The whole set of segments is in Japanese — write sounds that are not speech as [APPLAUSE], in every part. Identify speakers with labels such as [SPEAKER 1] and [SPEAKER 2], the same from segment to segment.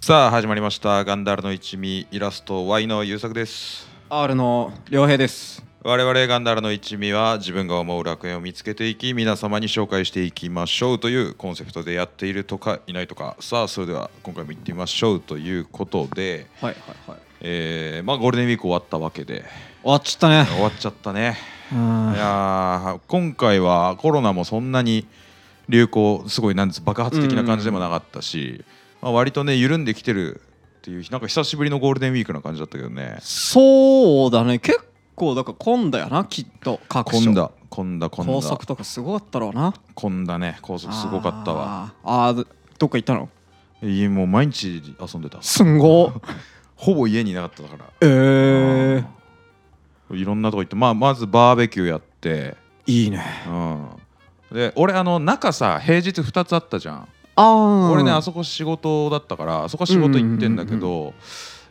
[SPEAKER 1] さあ始まりました「ガンダールの一味」イラスト Y の優作です
[SPEAKER 2] R の良平です。
[SPEAKER 1] 我々ガンダールの一味は自分が思う楽園を見つけていき皆様に紹介していきましょうというコンセプトでやっているとかいないとかさあそれでは今回も行ってみましょうということで、
[SPEAKER 2] はいはいはい。
[SPEAKER 1] えーまあゴールデンウィーク終わったわけで
[SPEAKER 2] 終わっちゃったね。
[SPEAKER 1] 終わっちゃったね
[SPEAKER 2] うん
[SPEAKER 1] いやー今回はコロナもそんなに流行すごいなんです爆発的な感じでもなかったし、まあ、割とね緩んできてるっていうなんか久しぶりのゴールデンウィークな感じだったけどね
[SPEAKER 2] そうだね。結構だから混んだよなきっと各所。
[SPEAKER 1] 混ん。だ混んだ混ん
[SPEAKER 2] 高
[SPEAKER 1] だ
[SPEAKER 2] 速とかすごかったろうな。
[SPEAKER 1] 混んだね高速すごかったわ
[SPEAKER 2] あー。あーどっか行ったの？
[SPEAKER 1] いいもう毎日遊んでた
[SPEAKER 2] す
[SPEAKER 1] [LAUGHS]
[SPEAKER 2] んご。
[SPEAKER 1] ほぼ家にいなかっただか
[SPEAKER 2] え
[SPEAKER 1] ら、
[SPEAKER 2] ー、
[SPEAKER 1] うんいろんなとこ行って、まあ、まずバーベキューやって
[SPEAKER 2] いいね。
[SPEAKER 1] うんで俺あの中さ平日2つあったじゃん
[SPEAKER 2] ああ。
[SPEAKER 1] 俺ねあそこ仕事だったからあそこ仕事行ってんだけど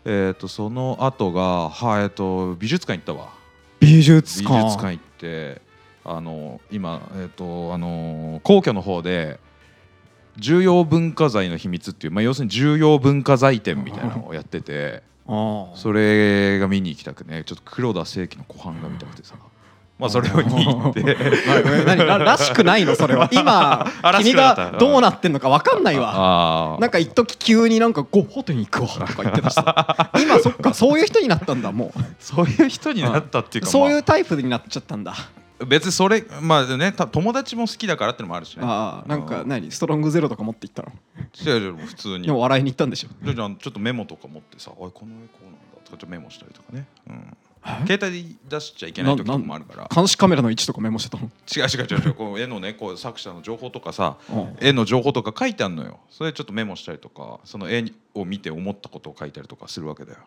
[SPEAKER 1] えーとその後がはいえーと美術館行ったわ
[SPEAKER 2] 美
[SPEAKER 1] 美術
[SPEAKER 2] 術館。
[SPEAKER 1] 館行ってあの今えーとあの皇居の方で重要文化財の秘密っていうまあ要するに重要文化財展みたいなのをやってて
[SPEAKER 2] ああ。
[SPEAKER 1] それが見に行きたくねちょっと黒田清輝の湖畔が見たくてさまあそれを見に行 [LAUGHS] って
[SPEAKER 2] え何ららしくないのそれは今
[SPEAKER 1] [LAUGHS] あらし
[SPEAKER 2] 君
[SPEAKER 1] くなかった
[SPEAKER 2] がどうなってんのか分かんないわ
[SPEAKER 1] あー
[SPEAKER 2] なんか一時急になんかゴッホ店行くわとか言ってた
[SPEAKER 1] [LAUGHS]
[SPEAKER 2] しさ今そっかそういう人になったんだも
[SPEAKER 1] そういう人になったっていう
[SPEAKER 2] う
[SPEAKER 1] か
[SPEAKER 2] そう
[SPEAKER 1] まあ
[SPEAKER 2] いうタイプになっちゃったんだ
[SPEAKER 1] 別にそれまあねた友達も好きだからってのもあるしね
[SPEAKER 2] ああなんか
[SPEAKER 1] う
[SPEAKER 2] 何ストロングゼロとか持って行ったの
[SPEAKER 1] 違う違う普通に
[SPEAKER 2] でも笑いに行ったんでしょ
[SPEAKER 1] じゃあじゃあちょっとメモとか持ってさ「おいこの絵こうなんだ」とかちょっとメモしたりとかね、うん、携帯出しちゃいけない時とかもあるから
[SPEAKER 2] 監視カメラの位置とかメモしてたの
[SPEAKER 1] 違う違う違う [LAUGHS] 違うこう絵のねこう作者の情報とかさ
[SPEAKER 2] うん
[SPEAKER 1] 絵の情報とか書いてあるのよそれちょっとメモしたりとかその絵を見て思ったことを書いたりとかするわけだよ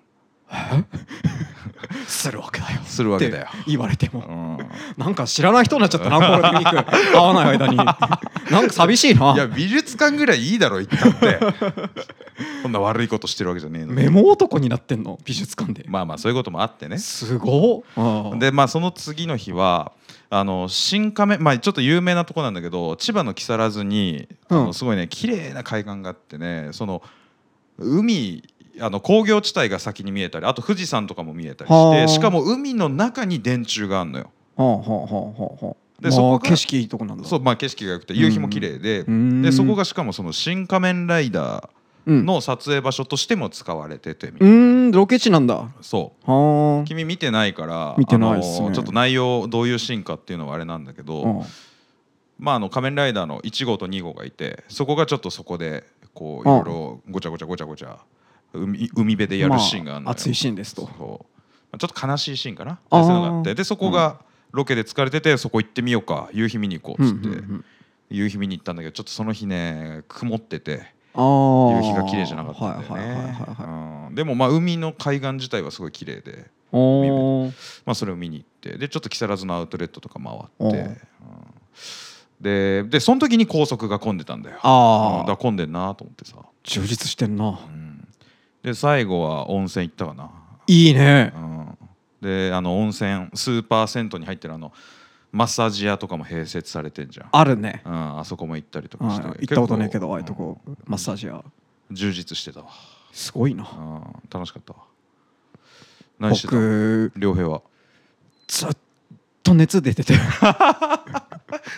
[SPEAKER 2] するわけだよ
[SPEAKER 1] するわけだよ
[SPEAKER 2] って言われても
[SPEAKER 1] うん、
[SPEAKER 2] なんか知らない人になっちゃったなこの響く会わな
[SPEAKER 1] [LAUGHS]
[SPEAKER 2] い間になんか寂しい
[SPEAKER 1] いや
[SPEAKER 2] な
[SPEAKER 1] 美術館ぐらいいいだろ言ったって
[SPEAKER 2] [LAUGHS]
[SPEAKER 1] こんな悪いことしてるわけじゃねえのに
[SPEAKER 2] メモ男になってんの美術館で
[SPEAKER 1] まあまあそういうこともあってね
[SPEAKER 2] すごっああ
[SPEAKER 1] でまあその次の日はあの新亀まあちょっと有名なとこなんだけど千葉の木更津に、
[SPEAKER 2] うん
[SPEAKER 1] あのすごいね綺麗な海岸があってねその海あの工業地帯が先に見えたりあと富士山とかも見えたりし
[SPEAKER 2] は
[SPEAKER 1] て
[SPEAKER 2] あ
[SPEAKER 1] しかも海の中に電柱があるのよ。
[SPEAKER 2] はあはあはあはあはあ
[SPEAKER 1] で
[SPEAKER 2] ま
[SPEAKER 1] そこ
[SPEAKER 2] あ
[SPEAKER 1] が
[SPEAKER 2] 景色いいとこなんだ
[SPEAKER 1] そうまあ、景色が良くて夕日も綺麗で,、
[SPEAKER 2] うん
[SPEAKER 1] でそこがしかもその「新仮面ライダー」
[SPEAKER 2] うん
[SPEAKER 1] の撮影場所としても使われてて、み
[SPEAKER 2] うーんロケ地なんだは
[SPEAKER 1] そう
[SPEAKER 2] あうん
[SPEAKER 1] 君見てないから
[SPEAKER 2] 見てないっすね
[SPEAKER 1] あのちょっと内容どういうシーンかっていうのはあれなんだけど、まあ、あの仮面ライダーの1号と2号がいてそこがちょっとそこでこうい
[SPEAKER 2] う
[SPEAKER 1] ろい
[SPEAKER 2] ん
[SPEAKER 1] ろごちゃごちゃごちゃごちゃ海海辺でやるシーンがあるのよ、
[SPEAKER 2] まあ熱いシーンですと
[SPEAKER 1] そうまあちょっと悲しいシーンかな
[SPEAKER 2] あー
[SPEAKER 1] そういうのがあってでそこがロケで疲れててそこ行ってみようか夕日見に行こうっつって、
[SPEAKER 2] うんうんうん
[SPEAKER 1] 夕日見に行ったんだけどちょっとその日ね曇ってて
[SPEAKER 2] あー
[SPEAKER 1] 夕日が綺麗じゃなかったんだよ
[SPEAKER 2] はいはいはいはいはい
[SPEAKER 1] ねうんでもまあ海の海岸自体はすごい綺麗で、
[SPEAKER 2] おー
[SPEAKER 1] まあ、それを見に行ってでちょっと木更津のアウトレットとか回
[SPEAKER 2] お
[SPEAKER 1] って、
[SPEAKER 2] う
[SPEAKER 1] うんででその時に高速が混んでたんだようん
[SPEAKER 2] あ
[SPEAKER 1] だ
[SPEAKER 2] あ
[SPEAKER 1] から混んでんなと思ってさ、
[SPEAKER 2] 充実してんな
[SPEAKER 1] うんで最後は温泉行ったかな、
[SPEAKER 2] いいね
[SPEAKER 1] うんであの温泉スーパー銭湯に入ってるあのマッサージ屋とかも併設されてんじゃん
[SPEAKER 2] あるね
[SPEAKER 1] うん、あそこも行ったりと
[SPEAKER 2] うん
[SPEAKER 1] かして
[SPEAKER 2] 行ったことねえけ
[SPEAKER 1] 結
[SPEAKER 2] ど
[SPEAKER 1] 構
[SPEAKER 2] ああいうとこマッサージ屋
[SPEAKER 1] うん充実してたわ、、
[SPEAKER 2] すごいうなん
[SPEAKER 1] 楽しかったわ何してた
[SPEAKER 2] 僕
[SPEAKER 1] 良平は
[SPEAKER 2] ずっと熱出て [LAUGHS] て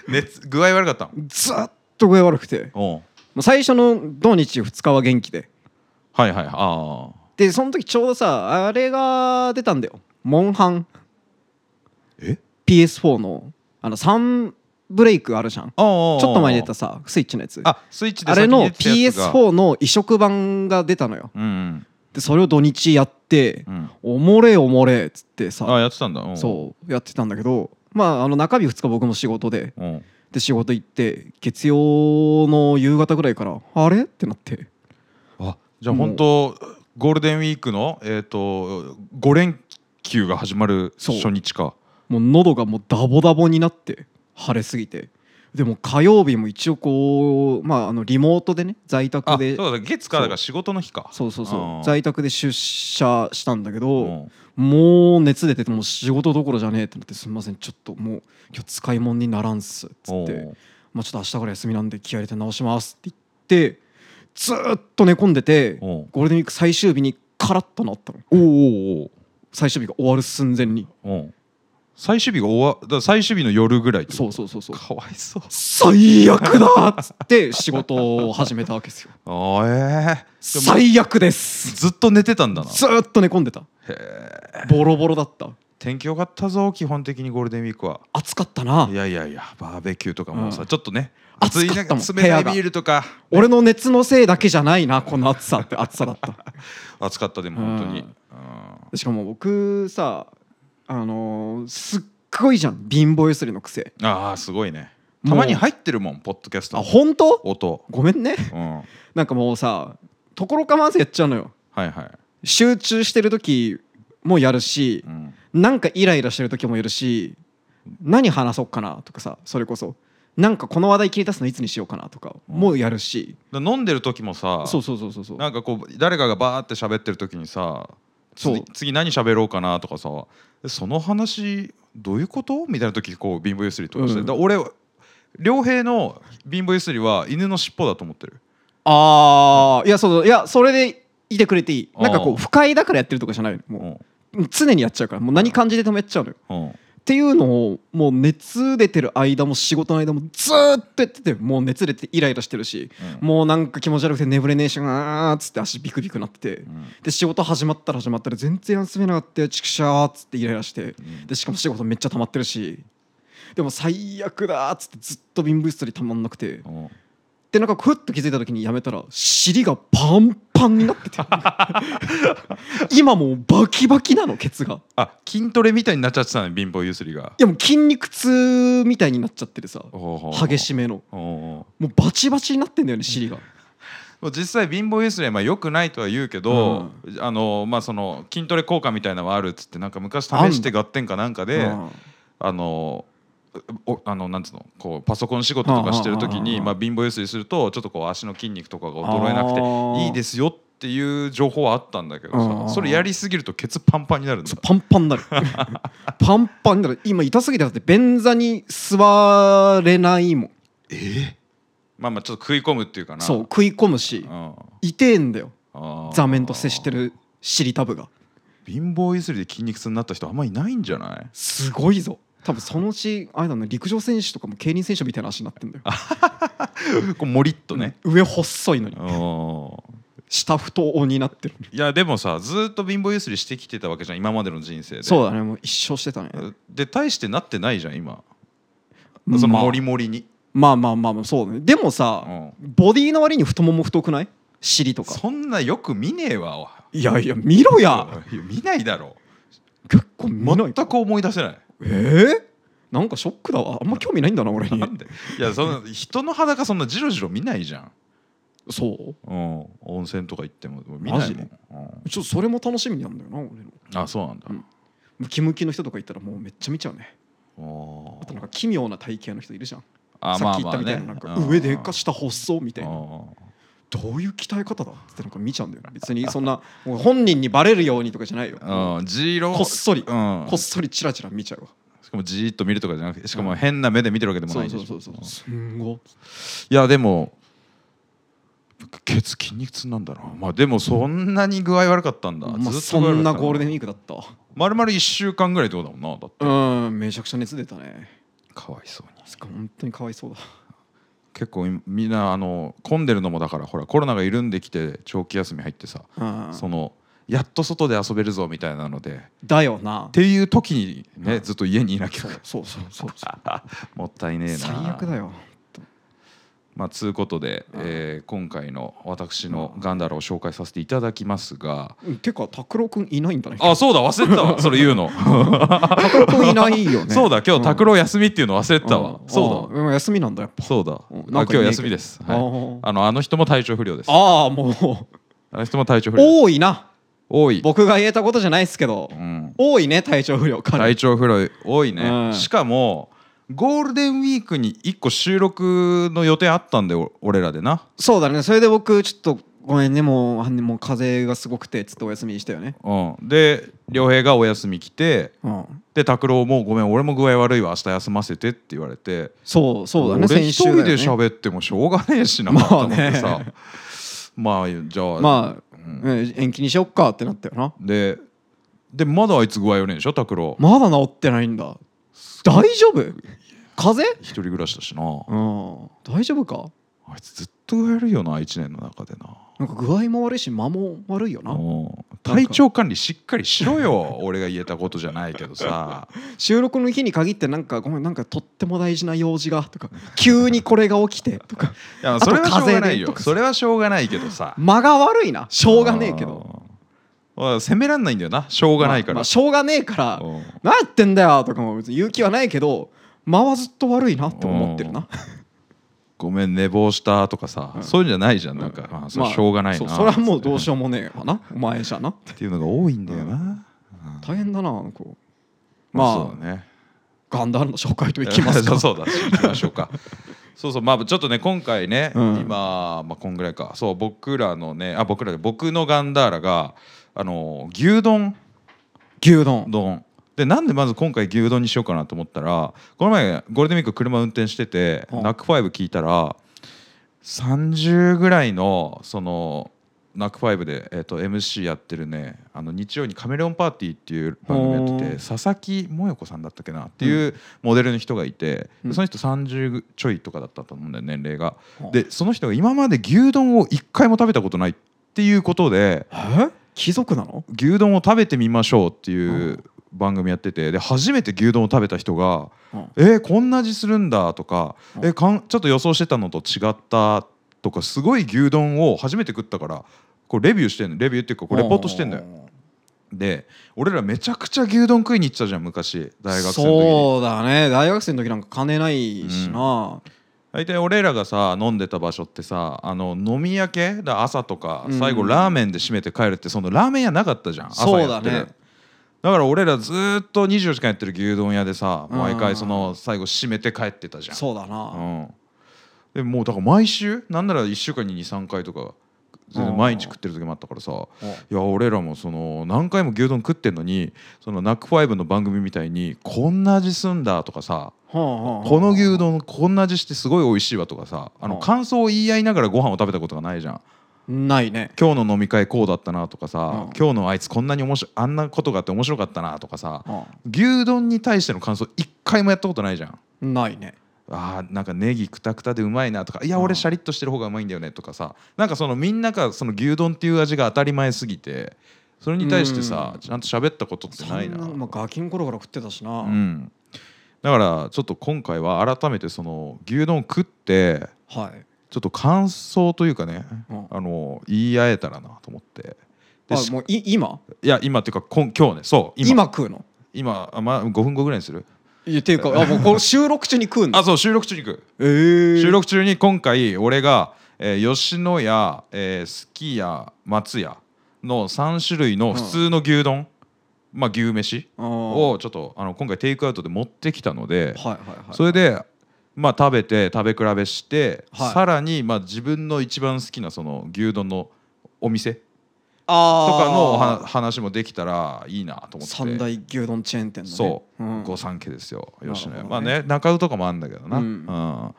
[SPEAKER 1] 熱具合悪かった
[SPEAKER 2] ずっと具合悪くて
[SPEAKER 1] のうん
[SPEAKER 2] まあ最初の土日2日は元気で
[SPEAKER 1] はいはいああ
[SPEAKER 2] でその時ちょうどさあれが出たんだよモンハン
[SPEAKER 1] え
[SPEAKER 2] PS4 のあの3ブレイクあるじゃんち
[SPEAKER 1] ああ
[SPEAKER 2] ょっと前に出たさスイッチのやつあ
[SPEAKER 1] あスイッチで
[SPEAKER 2] れの
[SPEAKER 1] 先に出てたやつが
[SPEAKER 2] PS4 の移植版が出たのよ
[SPEAKER 1] うん
[SPEAKER 2] でそれを土日やって
[SPEAKER 1] うん、うん、
[SPEAKER 2] おもれおもれっつって
[SPEAKER 1] あ
[SPEAKER 2] さ
[SPEAKER 1] やってたんだうん
[SPEAKER 2] そうやってたんだけどまああの中日2日僕も仕事で
[SPEAKER 1] うん、うん、
[SPEAKER 2] で仕事行って月曜の夕方ぐらいからあれってなって
[SPEAKER 1] あじゃあ本当ゴールデンウィークのえっ、と5連休が始まる
[SPEAKER 2] そう
[SPEAKER 1] 初日か
[SPEAKER 2] もう喉がもうダボダボになって腫れすぎてでも火曜日も一応こう、まあ、あのリモートでね在
[SPEAKER 1] あ
[SPEAKER 2] 宅で
[SPEAKER 1] そうだ月からだから仕事の日か
[SPEAKER 2] そうそう
[SPEAKER 1] あ
[SPEAKER 2] そ
[SPEAKER 1] ー
[SPEAKER 2] う在宅で出社したんだけ
[SPEAKER 1] う
[SPEAKER 2] ど
[SPEAKER 1] ん
[SPEAKER 2] もう熱出ててもう仕事どころじゃねえってなってすみませんちょっともう今日使い物にならんっすっつ
[SPEAKER 1] お
[SPEAKER 2] って
[SPEAKER 1] う
[SPEAKER 2] まあちょっと明日から休みなんで気合い入れて直しますって言ってずーっと寝込んでて
[SPEAKER 1] おう
[SPEAKER 2] ゴールデンウィーク最終日にカラッとなったの
[SPEAKER 1] おうおう
[SPEAKER 2] 最終日が終わる寸前に
[SPEAKER 1] おうおう最終日が終わだから最終日の夜ぐらいって
[SPEAKER 2] そう
[SPEAKER 1] こと
[SPEAKER 2] そうそうそう
[SPEAKER 1] かわいそう
[SPEAKER 2] 最悪だーっつって [LAUGHS] 仕事を始めたわけですよ
[SPEAKER 1] あーえーでも
[SPEAKER 2] 最悪です
[SPEAKER 1] ずっと寝てたんだな
[SPEAKER 2] ずーっと寝込んでた
[SPEAKER 1] へえ
[SPEAKER 2] ボロボロだった
[SPEAKER 1] 天気良かったぞ基本的にゴールデンウィークは
[SPEAKER 2] 暑かったない
[SPEAKER 1] やいやいやバーベキューとかもさ、
[SPEAKER 2] うん
[SPEAKER 1] ちょっとね
[SPEAKER 2] 暑
[SPEAKER 1] 暑い
[SPEAKER 2] か
[SPEAKER 1] な
[SPEAKER 2] ったもん
[SPEAKER 1] 冷たい
[SPEAKER 2] 部屋が
[SPEAKER 1] ビールとか
[SPEAKER 2] 俺の熱のせいだけじゃないなこの暑さって暑さだった
[SPEAKER 1] 暑かったでも本当に、
[SPEAKER 2] うん
[SPEAKER 1] うん
[SPEAKER 2] しかも僕さあのーすっごいじゃん貧乏ゆすりの癖
[SPEAKER 1] ああすごいね
[SPEAKER 2] もう
[SPEAKER 1] たまに入ってるもんポッドキャスト
[SPEAKER 2] あ
[SPEAKER 1] の
[SPEAKER 2] 本当
[SPEAKER 1] 音、
[SPEAKER 2] ごめんね
[SPEAKER 1] うん、はい
[SPEAKER 2] なんかもうさところ構わずやっちゃうのよ
[SPEAKER 1] はい、
[SPEAKER 2] 集中してる時もやるし
[SPEAKER 1] うん、
[SPEAKER 2] なんかイライラしてる時もやるし何話そうかなとかさそれこそなんかこの話題切り出すのいつにしようかなとかもやるし、
[SPEAKER 1] だ飲んでる時もさ
[SPEAKER 2] そうそうそうそうそう
[SPEAKER 1] なんかこう誰かがバーって喋ってる時にさ
[SPEAKER 2] そう
[SPEAKER 1] 次次何喋ろうかなとかさえその話どういうことみたいな時こう貧乏ゆすりとかして、
[SPEAKER 2] うん
[SPEAKER 1] だ俺良平の貧乏ゆすりは犬の尻尾だと思ってる
[SPEAKER 2] ああいやそうそういやそれでいてくれていいなんかこ
[SPEAKER 1] あ
[SPEAKER 2] う
[SPEAKER 1] ー
[SPEAKER 2] 不快だからやってるとかじゃないのもう
[SPEAKER 1] うん
[SPEAKER 2] 常にやっちゃうからもう何感じで止めっちゃうのよ
[SPEAKER 1] うん
[SPEAKER 2] っていうのをもう熱出てる間も仕事の間もずーっとやっててもう熱出てイライラしてるし
[SPEAKER 1] うん
[SPEAKER 2] もうなんか気持ち悪くて眠れねえしなーっつって足ビクビクなってて
[SPEAKER 1] うん
[SPEAKER 2] で仕事始まったら始まったら全然休めなかったよちくしゃーっつってイライラして
[SPEAKER 1] うん
[SPEAKER 2] でしかも仕事めっちゃ溜まってるしでも最悪だーっつってずっと貧乏ゆすり溜まんなくて
[SPEAKER 1] うん
[SPEAKER 2] でなんかふっと気づいた時にやめたら尻がパンパンになって
[SPEAKER 1] [LAUGHS]
[SPEAKER 2] て今もうバキバキなのケツが。
[SPEAKER 1] あ筋トレみたいになっちゃってたね貧乏ゆすりが
[SPEAKER 2] いやもう筋肉痛みたいになっちゃっててさ激
[SPEAKER 1] い
[SPEAKER 2] しめの
[SPEAKER 1] も
[SPEAKER 2] もうバチバチになってんだよね尻が
[SPEAKER 1] う実際貧乏ゆすりはまあ良くないとは言うけど、あのまあその筋トレ効果みたいなのはあるっつってなんか昔試して合点かなんかで
[SPEAKER 2] うん
[SPEAKER 1] あのおあのなんつうのこうパソコン仕事とかしてる時
[SPEAKER 2] うんうんうんう
[SPEAKER 1] に
[SPEAKER 2] ん
[SPEAKER 1] まあ貧乏ゆすりするとちょっとこう足の筋肉とかが衰えな
[SPEAKER 2] あ
[SPEAKER 1] く
[SPEAKER 2] ー
[SPEAKER 1] ていいですよっていう情報はあったんだけ
[SPEAKER 2] うんうん
[SPEAKER 1] ど
[SPEAKER 2] うん
[SPEAKER 1] さそれやりすぎるとケツパンパンになるんだ
[SPEAKER 2] そうパンパンになる [LAUGHS] パンパンになる今痛すぎてだって便座に座れないもん
[SPEAKER 1] まあまあちょっと食い込むっていうかな
[SPEAKER 2] そう食い込むし
[SPEAKER 1] うん
[SPEAKER 2] 痛えんだよ
[SPEAKER 1] あー
[SPEAKER 2] 座面と接してる尻タブが
[SPEAKER 1] 貧乏ゆすりで筋肉痛になった人あんまいないんじゃない
[SPEAKER 2] すごいぞ多分そのうちあれだな陸上選手とかも競輪選手みたいな足になってんだよ
[SPEAKER 1] こうもりっとね、
[SPEAKER 2] 上細いのに
[SPEAKER 1] うん
[SPEAKER 2] 下太になってる
[SPEAKER 1] いやでもさずーっと貧乏ゆすりしてきてたわけじゃん今までの人生で
[SPEAKER 2] そうだねもう一生してたね
[SPEAKER 1] で大してなってないじゃん今その
[SPEAKER 2] まあ
[SPEAKER 1] もりもりに、
[SPEAKER 2] まあまあまあまあそうねでもさ、ボディの割に太もも太くない尻とか
[SPEAKER 1] そんなよく見ねえわおい
[SPEAKER 2] いやいや見ろや
[SPEAKER 1] いや見ないだろ
[SPEAKER 2] 結構見ない
[SPEAKER 1] 全く思い出せない
[SPEAKER 2] えー、なんかショックだわあんま興味ないんだな俺に
[SPEAKER 1] なんでいやその人の裸そんなジロジロ見ないじゃん、
[SPEAKER 2] そう
[SPEAKER 1] うん、温泉とか行っても見ないもん、う
[SPEAKER 2] ちょっとそれも楽しみなんだよな俺の
[SPEAKER 1] んあそうなんだ、
[SPEAKER 2] うんムキムキの人とかいたらもうめっちゃ見ちゃうね
[SPEAKER 1] お
[SPEAKER 2] あと
[SPEAKER 1] ー
[SPEAKER 2] なんか奇妙な体型の人いるじゃん
[SPEAKER 1] あ
[SPEAKER 2] さっき言ったみたいななんか上でか下細みたいなどういう鍛え方だってなんか見ちゃうんだよな別にそんなもう本人にバレるようにとかじゃないよ
[SPEAKER 1] うん、ジロ
[SPEAKER 2] こっそり
[SPEAKER 1] うん
[SPEAKER 2] こっそりチラチラ見ちゃうわ
[SPEAKER 1] しかもじーっと見るとかじゃなくてしか
[SPEAKER 2] う
[SPEAKER 1] も
[SPEAKER 2] ん
[SPEAKER 1] 変な目で見てるわけでも
[SPEAKER 2] そ
[SPEAKER 1] な
[SPEAKER 2] う
[SPEAKER 1] い
[SPEAKER 2] そ
[SPEAKER 1] で
[SPEAKER 2] う
[SPEAKER 1] し
[SPEAKER 2] そ
[SPEAKER 1] ょ
[SPEAKER 2] うそうすんご
[SPEAKER 1] いやでもケツ筋肉痛なんだなまあでもそんなに具合悪かったんだ、
[SPEAKER 2] まあ、
[SPEAKER 1] ずっと
[SPEAKER 2] そんなゴールデンウ
[SPEAKER 1] ン
[SPEAKER 2] ィークだったわ
[SPEAKER 1] まるまる1週間ぐらいってことだもんなだって
[SPEAKER 2] うんめちゃくちゃ熱出たね
[SPEAKER 1] かわいそうに
[SPEAKER 2] つか本当にかわいそうだ
[SPEAKER 1] 結構いみんなあの混んでるのもだからほらコロナが緩んできて長期休み入ってさ、
[SPEAKER 2] うん
[SPEAKER 1] そのやっと外で遊べるぞみたいなのでっ
[SPEAKER 2] だよな
[SPEAKER 1] ていう時にね、
[SPEAKER 2] うん
[SPEAKER 1] ずっと家にいなきゃ
[SPEAKER 2] そう [LAUGHS] そうそうそうそう
[SPEAKER 1] [LAUGHS] もったいねえな
[SPEAKER 2] 最悪だよ
[SPEAKER 1] まあ、つうことで、
[SPEAKER 2] うん
[SPEAKER 1] えー今回の私のガンダラを紹介させていただきますが、
[SPEAKER 2] うんてか拓郎くんいないんだね
[SPEAKER 1] あそうだ忘れてた
[SPEAKER 2] [LAUGHS]
[SPEAKER 1] わそれ言うの、
[SPEAKER 2] 拓郎くんいないよ
[SPEAKER 1] [LAUGHS]
[SPEAKER 2] ね
[SPEAKER 1] そうだ今日拓
[SPEAKER 2] 郎
[SPEAKER 1] 郎休みっていうの忘れてたわ、そう
[SPEAKER 2] だ休みなんだやっ
[SPEAKER 1] だそうだ、
[SPEAKER 2] う
[SPEAKER 1] あ
[SPEAKER 2] んなん
[SPEAKER 1] 今
[SPEAKER 2] か
[SPEAKER 1] 日休みです、
[SPEAKER 2] ぱ、
[SPEAKER 1] はい、あのあの人も体調不良ですあ
[SPEAKER 2] ああもう
[SPEAKER 1] の人も体調
[SPEAKER 2] [LAUGHS]
[SPEAKER 1] 不良です
[SPEAKER 2] 多いな
[SPEAKER 1] 多い、
[SPEAKER 2] 僕が言えたことじゃないですけど
[SPEAKER 1] うん、
[SPEAKER 2] 多いね体調不良彼
[SPEAKER 1] 体調不良多いね、
[SPEAKER 2] うん
[SPEAKER 1] しかもゴールデンウィークに1個収録の予定あったんでお俺らでな
[SPEAKER 2] そうだねそれで僕ちょっとごめんねもうあもう風邪がすごくてちょっとお休みしたよね
[SPEAKER 1] うんで良平がお休み来て
[SPEAKER 2] うん
[SPEAKER 1] で拓郎も「ごめん俺も具合悪いわ明日休ませて」って言われて
[SPEAKER 2] そうそうだね
[SPEAKER 1] 俺
[SPEAKER 2] 先
[SPEAKER 1] 一
[SPEAKER 2] 週だよ
[SPEAKER 1] 人
[SPEAKER 2] ね
[SPEAKER 1] で喋ってもしょうがねえしな
[SPEAKER 2] まあね
[SPEAKER 1] と思ってさまあじゃあ、
[SPEAKER 2] まあ、
[SPEAKER 1] うん
[SPEAKER 2] うん延期にしよっかってなったよな
[SPEAKER 1] ででまだあいつ具合悪いんでしょ拓郎
[SPEAKER 2] まだ治ってないんだ大丈夫風邪
[SPEAKER 1] 一人暮らしだしな
[SPEAKER 2] うん大丈夫か
[SPEAKER 1] あいつずっと具合悪いよな1年の中でな
[SPEAKER 2] なんか具合も悪いし間も悪いよな
[SPEAKER 1] うん体調管理しっかりしろよ [LAUGHS] 俺が言えたことじゃないけどさ
[SPEAKER 2] 収録の日に限ってなんかごめんなんかとっても大事な用事がとか急にこれが起きてとか
[SPEAKER 1] [LAUGHS] いや
[SPEAKER 2] と
[SPEAKER 1] それはしょうが
[SPEAKER 2] 風邪
[SPEAKER 1] な
[SPEAKER 2] で
[SPEAKER 1] いよ
[SPEAKER 2] とかさ
[SPEAKER 1] それはしょうがないけどさ
[SPEAKER 2] 間が悪いなしょうがねえけど
[SPEAKER 1] うんうん責めらんないんだよなしょうがないか
[SPEAKER 2] まあま
[SPEAKER 1] ら
[SPEAKER 2] あしょうがねえから
[SPEAKER 1] うん
[SPEAKER 2] 何やってんだよとかも別に言う気はないけど間はずっと悪いなって思ってるな
[SPEAKER 1] ごめん寝坊したとかさ
[SPEAKER 2] うん
[SPEAKER 1] そういうんじゃないじゃんなんかまあそれはしょうがない
[SPEAKER 2] そ
[SPEAKER 1] な
[SPEAKER 2] それはもうどうしようもねえわなお前じゃな
[SPEAKER 1] っていうのが多いんだよなうん
[SPEAKER 2] 大変だなこう
[SPEAKER 1] そ
[SPEAKER 2] ま
[SPEAKER 1] うだね
[SPEAKER 2] あガンダールの紹介といきます
[SPEAKER 1] そう [LAUGHS]
[SPEAKER 2] か
[SPEAKER 1] そうだし行きましょうか [LAUGHS] そうそうまあちょっとね今回ね、
[SPEAKER 2] うん
[SPEAKER 1] 今まあこんぐらいかそう僕らのねあ僕らで僕のガンダーラがあの牛丼
[SPEAKER 2] 牛丼
[SPEAKER 1] 丼でなんでまず今回牛丼にしようかなと思ったらこの前ゴールデンウィーク車運転してて
[SPEAKER 2] うん
[SPEAKER 1] ナックファイブ聞いたら30ぐらいのそのナックファイブで、えっと MC やってるねあの日曜に「カメレオンパーティー」っていう番組やって
[SPEAKER 2] お
[SPEAKER 1] て
[SPEAKER 2] ー
[SPEAKER 1] 佐々木萌子さんだったっけなっていうモデルの人がいて、
[SPEAKER 2] うん
[SPEAKER 1] でその人30ちょいとかだったと思うんだよ年齢が。
[SPEAKER 2] うん
[SPEAKER 1] でその人が今まで牛丼を1回も食べたことないっていうことで。
[SPEAKER 2] え貴族なの
[SPEAKER 1] 牛丼を食べてみましょうっていうう番組やっててで初めて牛丼を食べた人が
[SPEAKER 2] うん
[SPEAKER 1] 「えーこんな味するんだ」とか「
[SPEAKER 2] うん
[SPEAKER 1] えーかんちょっと予想してたのと違った」とかすごい牛丼を初めて食ったからこうレビューしてんのレビューっていうかこうレポートしてんだよ。で俺らめちゃくちゃ牛丼食いに行ってたじゃん昔大学生の時に。
[SPEAKER 2] そうだね大学生の時なんか金ないしな、
[SPEAKER 1] 大体俺らがさ飲んでた場所ってさあの飲み明けだ朝とか
[SPEAKER 2] うん
[SPEAKER 1] 最後ラーメンで締めて帰るってそのラーメン屋なかったじゃん朝
[SPEAKER 2] そう
[SPEAKER 1] や
[SPEAKER 2] だ
[SPEAKER 1] ってる
[SPEAKER 2] ね
[SPEAKER 1] だから俺らずーっと24時間やってる牛丼屋でさ
[SPEAKER 2] うん
[SPEAKER 1] 毎回その最後締めて帰ってたじゃん
[SPEAKER 2] そうだな、
[SPEAKER 1] うん、でもうだから毎週なんなら1週間に23回とか全然毎日食ってる時もあったからさいや俺らもその何回も牛丼食ってんのにそのナックファイブの番組みたいにこんな味すんだとかさこ
[SPEAKER 2] こ
[SPEAKER 1] の牛丼こんな味してすごい美味しいわとかさあ
[SPEAKER 2] う
[SPEAKER 1] の
[SPEAKER 2] ん
[SPEAKER 1] 感想を言い合いながらご飯を食べたことがないじゃん
[SPEAKER 2] ないね
[SPEAKER 1] 今日の飲み会こうだったなとかさ
[SPEAKER 2] うん
[SPEAKER 1] 今日のあいつこんなに面白いあんなことがあって面白かったなとかさ
[SPEAKER 2] あ
[SPEAKER 1] 牛丼に対しての感想一回もやったことないじゃん
[SPEAKER 2] ないね
[SPEAKER 1] あーなんかネギくたくたでうまいなとかいや
[SPEAKER 2] うん
[SPEAKER 1] 俺シャリッとしてる方がうまいんだよねとかさなんかそのみんながその牛丼っていう味が当たり前すぎてそれに対してさ
[SPEAKER 2] うん
[SPEAKER 1] ちゃんと喋ったことってないな
[SPEAKER 2] そんまあ、ガキの頃から食ってたしな、
[SPEAKER 1] うんだからちょっと今回は改めてその牛丼食って
[SPEAKER 2] はい
[SPEAKER 1] ちょっと感想というかね
[SPEAKER 2] うん
[SPEAKER 1] あの言い合えたらなと思ってで
[SPEAKER 2] あ
[SPEAKER 1] し
[SPEAKER 2] もうい今
[SPEAKER 1] いや今っていうかこん今日ねそう
[SPEAKER 2] 今
[SPEAKER 1] 今
[SPEAKER 2] 食うの
[SPEAKER 1] 今あまあ5分後ぐらいにする
[SPEAKER 2] いやっていうかあもう
[SPEAKER 1] [LAUGHS]
[SPEAKER 2] これ収録中に食うんだ
[SPEAKER 1] あそう収録中に行く
[SPEAKER 2] えー、
[SPEAKER 1] 収録中に今回俺が、えー吉野家、えーすき家松屋の3種類の普通の牛丼、まあ牛飯
[SPEAKER 2] あー
[SPEAKER 1] をちょっとあの今回テイクアウトで持ってきたので、
[SPEAKER 2] はいはいはい
[SPEAKER 1] それでまあ食べて食べ比べして、
[SPEAKER 2] はい
[SPEAKER 1] さらにまあ自分の一番好きなその牛丼のお店と
[SPEAKER 2] あ
[SPEAKER 1] か
[SPEAKER 2] ー
[SPEAKER 1] のおは話もできたらいいなと思って
[SPEAKER 2] 三大牛丼チェーン店だね
[SPEAKER 1] そう、
[SPEAKER 2] ん
[SPEAKER 1] 御三家ですよ
[SPEAKER 2] なるほ
[SPEAKER 1] 吉
[SPEAKER 2] ど
[SPEAKER 1] 野
[SPEAKER 2] ね
[SPEAKER 1] 家、まあね中尾とかもあるんだけどな、
[SPEAKER 2] うん
[SPEAKER 1] うんっ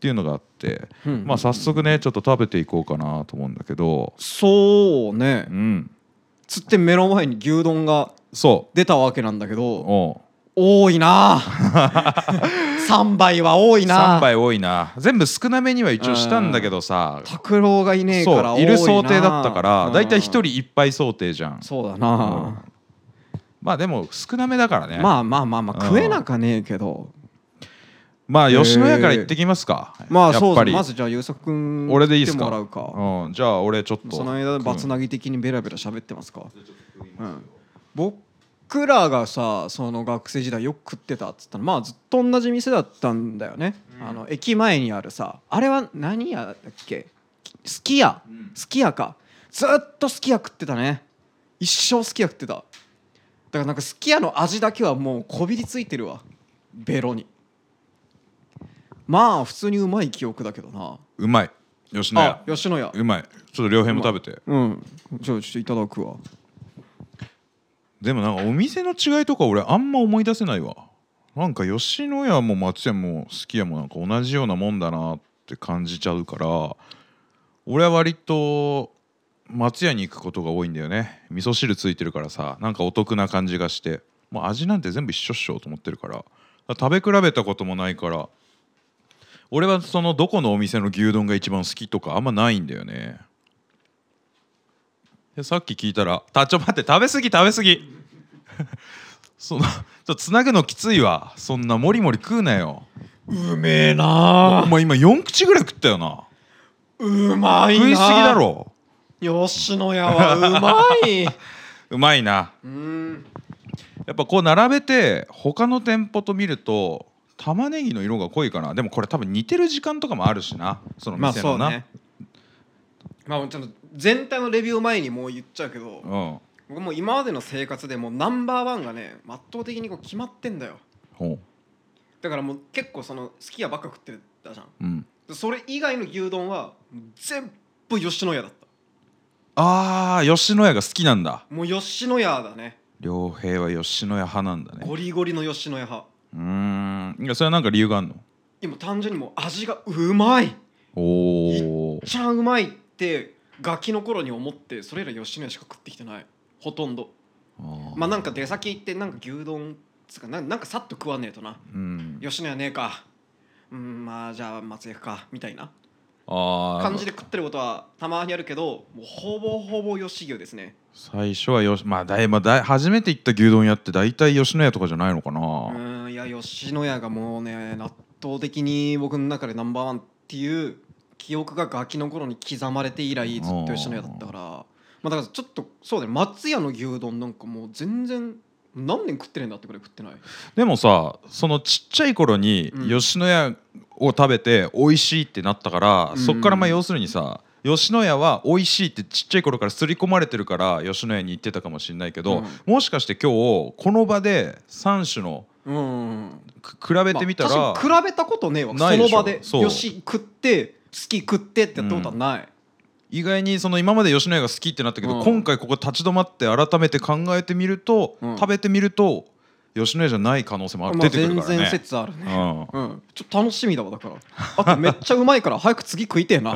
[SPEAKER 1] ていうのがあって、
[SPEAKER 2] うん
[SPEAKER 1] まあ早速ねちょっと食べていこうかなと思うんだけど
[SPEAKER 2] そうね
[SPEAKER 1] うん
[SPEAKER 2] つって目の前に牛丼が
[SPEAKER 1] そ
[SPEAKER 2] 出たわけなんだけ
[SPEAKER 1] う
[SPEAKER 2] ど
[SPEAKER 1] お
[SPEAKER 2] 多
[SPEAKER 1] [LAUGHS]
[SPEAKER 2] いな3倍は多いな
[SPEAKER 1] 3杯多いな全部少なめには一応したんだけどさ
[SPEAKER 2] 拓郎がいねえから
[SPEAKER 1] そういる想定だったから大体1人
[SPEAKER 2] 人
[SPEAKER 1] 1杯想定じゃん
[SPEAKER 2] そうだ
[SPEAKER 1] うん
[SPEAKER 2] な、
[SPEAKER 1] まあでも少なめだからねまあ
[SPEAKER 2] まあまあまあまあ
[SPEAKER 1] うん
[SPEAKER 2] 食えなかねえけど、
[SPEAKER 1] 吉野家から行ってきますか
[SPEAKER 2] まあ
[SPEAKER 1] や
[SPEAKER 2] そ
[SPEAKER 1] っ
[SPEAKER 2] うだ
[SPEAKER 1] ぱり
[SPEAKER 2] ねまずじゃあ優作君
[SPEAKER 1] 俺でいいっす
[SPEAKER 2] 来てもら
[SPEAKER 1] か
[SPEAKER 2] うか
[SPEAKER 1] うんじゃあ俺ちょっと
[SPEAKER 2] その間バツ
[SPEAKER 1] な
[SPEAKER 2] ナギ的にベラベラ喋ってますか、うん、僕らがさその学生時代よく食ってたっつったのまあずっと同じ店だったんだよね、あの駅前にあるさあれは何屋だっけすき家
[SPEAKER 1] ん
[SPEAKER 2] すき家かずっとすき家食ってたね一生すき家食ってただからなんかすき家の味だけはもうこびりついてるわベロにまあ普通にうまい記憶だけどな
[SPEAKER 1] うまい吉野
[SPEAKER 2] あ
[SPEAKER 1] 家
[SPEAKER 2] 吉野家
[SPEAKER 1] うまいちょっと両辺も食べて
[SPEAKER 2] うんじゃあちょっといただくわ
[SPEAKER 1] でもなんかお店の違いとか俺あんま思い出せないわなんか吉野家も松屋もすき家もなんか同じようなもんだなって感じちゃうから俺は割と松屋に行くことが多いんだよね味噌汁ついてるからさなんかお得な感じがしてもう味なんて全部一緒っしょと思ってるから食べ比べたこともないから俺はそのどこのお店の牛丼が一番好きとかあんまないんだよねでさっき聞いたら「たちょ待って食べ過ぎ食べ過ぎ」その [LAUGHS] ちょっとつなぐのきついわそんなもりもり食うなよ
[SPEAKER 2] うめえ
[SPEAKER 1] お
[SPEAKER 2] な
[SPEAKER 1] 前今4口ぐらい食ったよな
[SPEAKER 2] うまいな
[SPEAKER 1] 食いすぎだろ
[SPEAKER 2] 吉野家はうまい
[SPEAKER 1] うまいな
[SPEAKER 2] うん
[SPEAKER 1] やっぱこう並べて他の店舗と見ると玉ねぎの色が濃いかなでもこれ多分似てる時間とかもあるしなその
[SPEAKER 2] まあ
[SPEAKER 1] 店
[SPEAKER 2] そ
[SPEAKER 1] の
[SPEAKER 2] う
[SPEAKER 1] な、
[SPEAKER 2] ねまあちょっと全体のレビュー前にもう言っちゃうけど
[SPEAKER 1] うん
[SPEAKER 2] 僕もう今までの生活でもうナンバーワンがね圧倒的にこう決まってんだよ
[SPEAKER 1] ほ
[SPEAKER 2] だからもう結構その好き家ばっか食ってたじゃん
[SPEAKER 1] ううん
[SPEAKER 2] でそれ以外の牛丼は全部吉野家だった
[SPEAKER 1] あー吉野家が好きなんだ
[SPEAKER 2] もう吉野家だね
[SPEAKER 1] 良平は吉野家派なんだね
[SPEAKER 2] ゴリゴリの吉野家派
[SPEAKER 1] うーんいやそれはなんか理由があるの
[SPEAKER 2] 今単純にもう味がうまい
[SPEAKER 1] おお
[SPEAKER 2] ちゃうまいってガキの頃に思ってそれ以来吉野家しか食ってきてないほとんどまあなんか出先行ってなんか牛丼つうかなんなんかさっと食わねえとな
[SPEAKER 1] うん
[SPEAKER 2] 吉野家ねえかうんまあじゃあ松江行くかみたいな
[SPEAKER 1] あー
[SPEAKER 2] 感じで食ってることはたまにあるけどもうほぼほぼ吉牛ですね
[SPEAKER 1] 最初はよしまあだいまあだい初めて行った牛丼屋って大体吉野家とかじゃないのかな
[SPEAKER 2] うーんいや吉野家がもうね納豆的に僕の中でナンバーワンっていう記憶がガキの頃に刻まれて以来ずっと吉野家だったからまあだからちょっとそうだね松屋の牛丼なんかもう全然何年食ってねえんだってくらい食ってない
[SPEAKER 1] でもさそのちっちゃい頃に
[SPEAKER 2] うん
[SPEAKER 1] 吉野家を食べて美味しいってなったから、
[SPEAKER 2] うん
[SPEAKER 1] そっからまあ要するにさ吉野家は美味しいってちっちゃい頃から刷り込まれてるから吉野家に行ってたかもしれないけど、
[SPEAKER 2] うん
[SPEAKER 1] もしかして今日この場で3種の
[SPEAKER 2] うん
[SPEAKER 1] く比べてみたら、
[SPEAKER 2] まあ確かに比べたことねえわ
[SPEAKER 1] ない
[SPEAKER 2] そ
[SPEAKER 1] で
[SPEAKER 2] の
[SPEAKER 1] しょ
[SPEAKER 2] 場で
[SPEAKER 1] そう
[SPEAKER 2] よし食って好き食ってってやったことはない、
[SPEAKER 1] 意外にその今まで吉野家が好きってなったけど、
[SPEAKER 2] うん
[SPEAKER 1] 今回ここ立ち止まって改めて考えてみると、
[SPEAKER 2] うん
[SPEAKER 1] 食べてみると吉野家じゃない可能性もある
[SPEAKER 2] まあ
[SPEAKER 1] 出てくるか
[SPEAKER 2] 全
[SPEAKER 1] らね。
[SPEAKER 2] 然説あるね
[SPEAKER 1] うん
[SPEAKER 2] うん、ちょっと楽しみだわだからあとめっちゃうまいから早く次食いて
[SPEAKER 1] [LAUGHS]
[SPEAKER 2] えな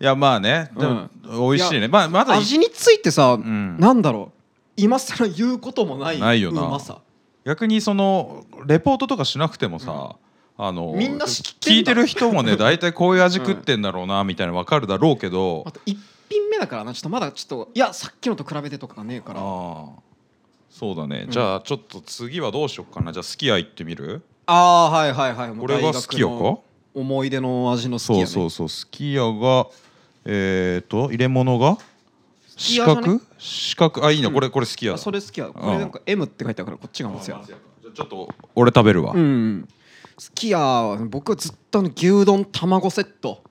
[SPEAKER 1] いやまあね、でも美味しいね。まあまだい
[SPEAKER 2] 味についてさ、
[SPEAKER 1] ん
[SPEAKER 2] なんだろう今更言うこともない
[SPEAKER 1] ないよな
[SPEAKER 2] うまさ
[SPEAKER 1] 逆にそのレポートとかしなくてもさ、あの
[SPEAKER 2] みんな知ってんだ
[SPEAKER 1] 聞いてる人も
[SPEAKER 2] [LAUGHS]
[SPEAKER 1] ね大体こういう味食ってんだろうなみたいなわかるだろうけど
[SPEAKER 2] あ、と1品目だからなちょっとまだちょっといやさっきのと比べてとかがねえからあ
[SPEAKER 1] ああそうだね。じゃあちょっと次はどうしよっかな。じゃあすき家行ってみる？
[SPEAKER 2] あーはいはいはい
[SPEAKER 1] こ
[SPEAKER 2] もう
[SPEAKER 1] れ
[SPEAKER 2] 大
[SPEAKER 1] は
[SPEAKER 2] 学
[SPEAKER 1] すき家
[SPEAKER 2] の
[SPEAKER 1] か？
[SPEAKER 2] 思い出の味の好きや
[SPEAKER 1] そうそ
[SPEAKER 2] ね
[SPEAKER 1] うそうすき家がえっ、と入れ物が
[SPEAKER 2] き
[SPEAKER 1] 四
[SPEAKER 2] 家じゃね
[SPEAKER 1] 角四角あいいな、
[SPEAKER 2] うん
[SPEAKER 1] これこれすき家だ
[SPEAKER 2] あそれ好きやこれなんか M って書いてあるからこっちが
[SPEAKER 1] あ
[SPEAKER 2] 松屋
[SPEAKER 1] 松屋かじゃあちょっと俺食べるわ、
[SPEAKER 2] うんうん好きやは僕はずっとあの牛丼卵セット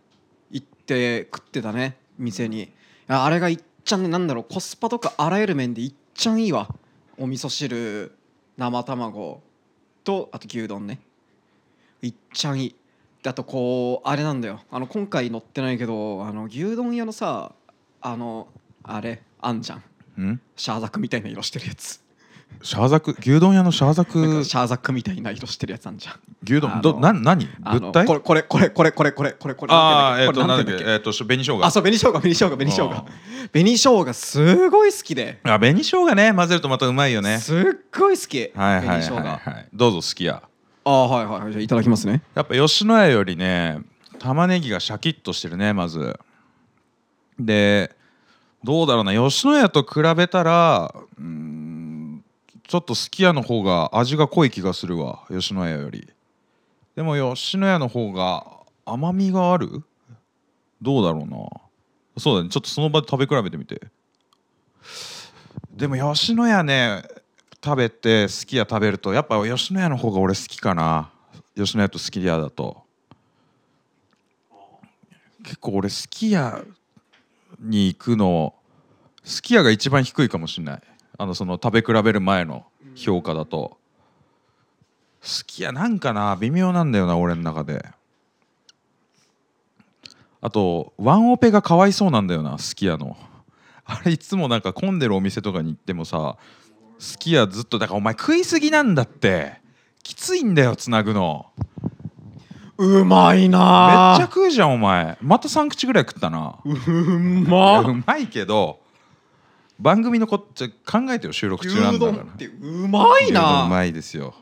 [SPEAKER 2] 行って食ってたね店にああれがいっちゃんねなんだろうコスパとかあらゆる面でいっちゃんいいわお味噌汁生卵とあと牛丼ねいっちゃんいいであとこうあれなんだよあの今回乗ってないけどあの牛丼屋のさあのあれあんじゃん
[SPEAKER 1] うん、
[SPEAKER 2] シャーザクみたいな色してるやつ
[SPEAKER 1] シャーザク牛丼屋のシャーザ
[SPEAKER 2] なんか
[SPEAKER 1] ク
[SPEAKER 2] シャーザクみたいな色してるやつあんじゃん
[SPEAKER 1] 牛
[SPEAKER 2] あ
[SPEAKER 1] 丼
[SPEAKER 2] の
[SPEAKER 1] どな何
[SPEAKER 2] あ
[SPEAKER 1] 物
[SPEAKER 2] の
[SPEAKER 1] 体
[SPEAKER 2] これこれこれこれこれこれこれこれ
[SPEAKER 1] ああえっ、
[SPEAKER 2] これ
[SPEAKER 1] となんだ
[SPEAKER 2] て言
[SPEAKER 1] っ
[SPEAKER 2] う
[SPEAKER 1] け
[SPEAKER 2] ん
[SPEAKER 1] えっ、とし紅生姜
[SPEAKER 2] あそう紅生姜紅生姜紅生
[SPEAKER 1] あ
[SPEAKER 2] 姜紅生姜すごい好きで
[SPEAKER 1] あ紅生姜ね混ぜるとまたうまいよね
[SPEAKER 2] すっごい好き
[SPEAKER 1] はいはいは
[SPEAKER 2] 紅
[SPEAKER 1] い、
[SPEAKER 2] 生姜あ
[SPEAKER 1] はい、どうぞすき家
[SPEAKER 2] ーはいはいじゃあいただきますね
[SPEAKER 1] やっぱ吉野家よりね玉ねぎがシャキッとしてるねまずでどうだろうな吉野家と比べたらうーんちょっとすき家の方が味が濃い気がするわ吉野家よりでも吉野家の方が甘みがあるどうだろうなそうだねちょっとその場で食べ比べてみてでも吉野家ね食べてすき家食べるとやっぱ吉野家の方が俺好きかな吉野家とすき家だと結構俺すき家に行くのすき家が一番低いかもしれないあのその食べ比べる前の評価だと好きやなんかな微妙なんだよな俺の中であとワンオペがかわいそうなんだよなすき家のあれいつもなんか混んでるお店とかに行ってもさすき家ずっとだからお前食いすぎなんだってきついんだよつなぐのめっ
[SPEAKER 2] うまい
[SPEAKER 1] ち
[SPEAKER 2] な
[SPEAKER 1] ゃ食うじゃんお前また3口ぐらい食ったな
[SPEAKER 2] う
[SPEAKER 1] いや
[SPEAKER 2] ま
[SPEAKER 1] うまいけど番組のこっち考えてよ収録中なん
[SPEAKER 2] 牛
[SPEAKER 1] だ
[SPEAKER 2] 丼
[SPEAKER 1] から
[SPEAKER 2] ってうまい
[SPEAKER 1] 牛丼う
[SPEAKER 2] な
[SPEAKER 1] まいですよ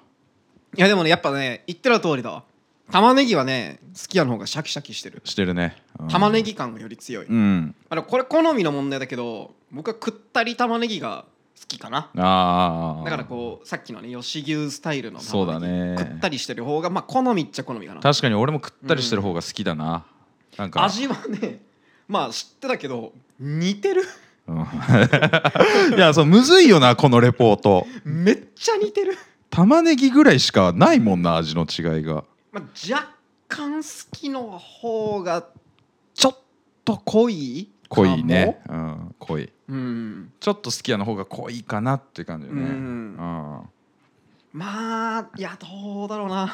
[SPEAKER 2] いやでもねやっぱね言ってた通りだわ玉ねぎはねすき家の方がシャキシャキしてる
[SPEAKER 1] してるね、うん
[SPEAKER 2] 玉ねぎ感がより強い
[SPEAKER 1] うん
[SPEAKER 2] あれこれ好みの問題だけど僕はくったり玉ねぎが好きかな
[SPEAKER 1] ああ
[SPEAKER 2] だからこうさっきのね吉牛スタイルの
[SPEAKER 1] そうだ
[SPEAKER 2] 玉ね
[SPEAKER 1] ね
[SPEAKER 2] ぎ食ったりしてる方がまあ好みっちゃ好みかな
[SPEAKER 1] 確かに俺も食ったりしてる方が好きだな、なんか
[SPEAKER 2] 味はねまあ知ってたけど似てる
[SPEAKER 1] うん [LAUGHS] いやそうむずいよなこのレポート
[SPEAKER 2] めっちゃ似てる
[SPEAKER 1] 玉ねぎぐらいしかないもんな味の違いが
[SPEAKER 2] まあ若干好きの方がちょっと濃いかも
[SPEAKER 1] 濃いね、うん、濃い
[SPEAKER 2] うん
[SPEAKER 1] ちょっと好きやの方が濃いかなって感じよね
[SPEAKER 2] う
[SPEAKER 1] うん
[SPEAKER 2] んまあいやどうだろうな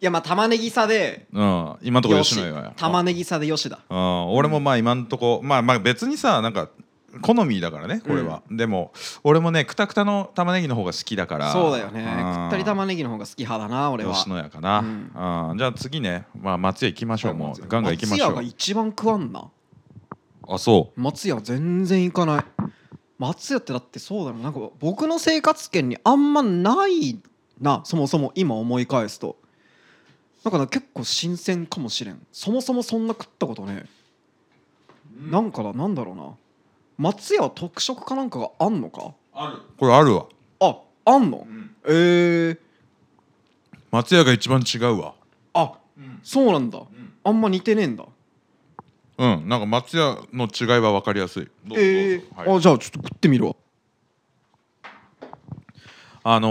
[SPEAKER 2] いやまあ玉ねぎ差で
[SPEAKER 1] うん、今んとこ吉野よ
[SPEAKER 2] よし玉ねぎ差でよしだ
[SPEAKER 1] うん、俺もまあ今んとこまあまあ別にさなんか好みだからねこれは、でも俺もねくたくたの玉ねぎの方が好きだから
[SPEAKER 2] そうだよね
[SPEAKER 1] うん
[SPEAKER 2] くったり玉ねぎの方が好き派だな俺は
[SPEAKER 1] 吉野家かな、
[SPEAKER 2] う
[SPEAKER 1] うんじゃあ次ね、まあ、松屋行きましょうもうガンガン行きましょ
[SPEAKER 2] 松屋が
[SPEAKER 1] う
[SPEAKER 2] 一番食わんな
[SPEAKER 1] あそ
[SPEAKER 2] 松屋全然行かない松屋ってだってそうだろなんか僕の生活圏にあんまないなそもそも今思い返すとだから結構新鮮かもしれんそもそもそんな食ったことねえなんかだなんだろうな松屋は特色かなんかがあんのか
[SPEAKER 1] うこれあるわ、
[SPEAKER 2] ああんのえー、
[SPEAKER 1] 松屋が一番違うわ
[SPEAKER 2] あ
[SPEAKER 1] うん、
[SPEAKER 2] そうなんだ
[SPEAKER 1] ん
[SPEAKER 2] あんま似てねえんだ
[SPEAKER 1] なんか松屋の違いは分かりやすいどうぞどうぞ
[SPEAKER 2] えー
[SPEAKER 1] はい
[SPEAKER 2] あじゃあちょっと食ってみるわ
[SPEAKER 1] あの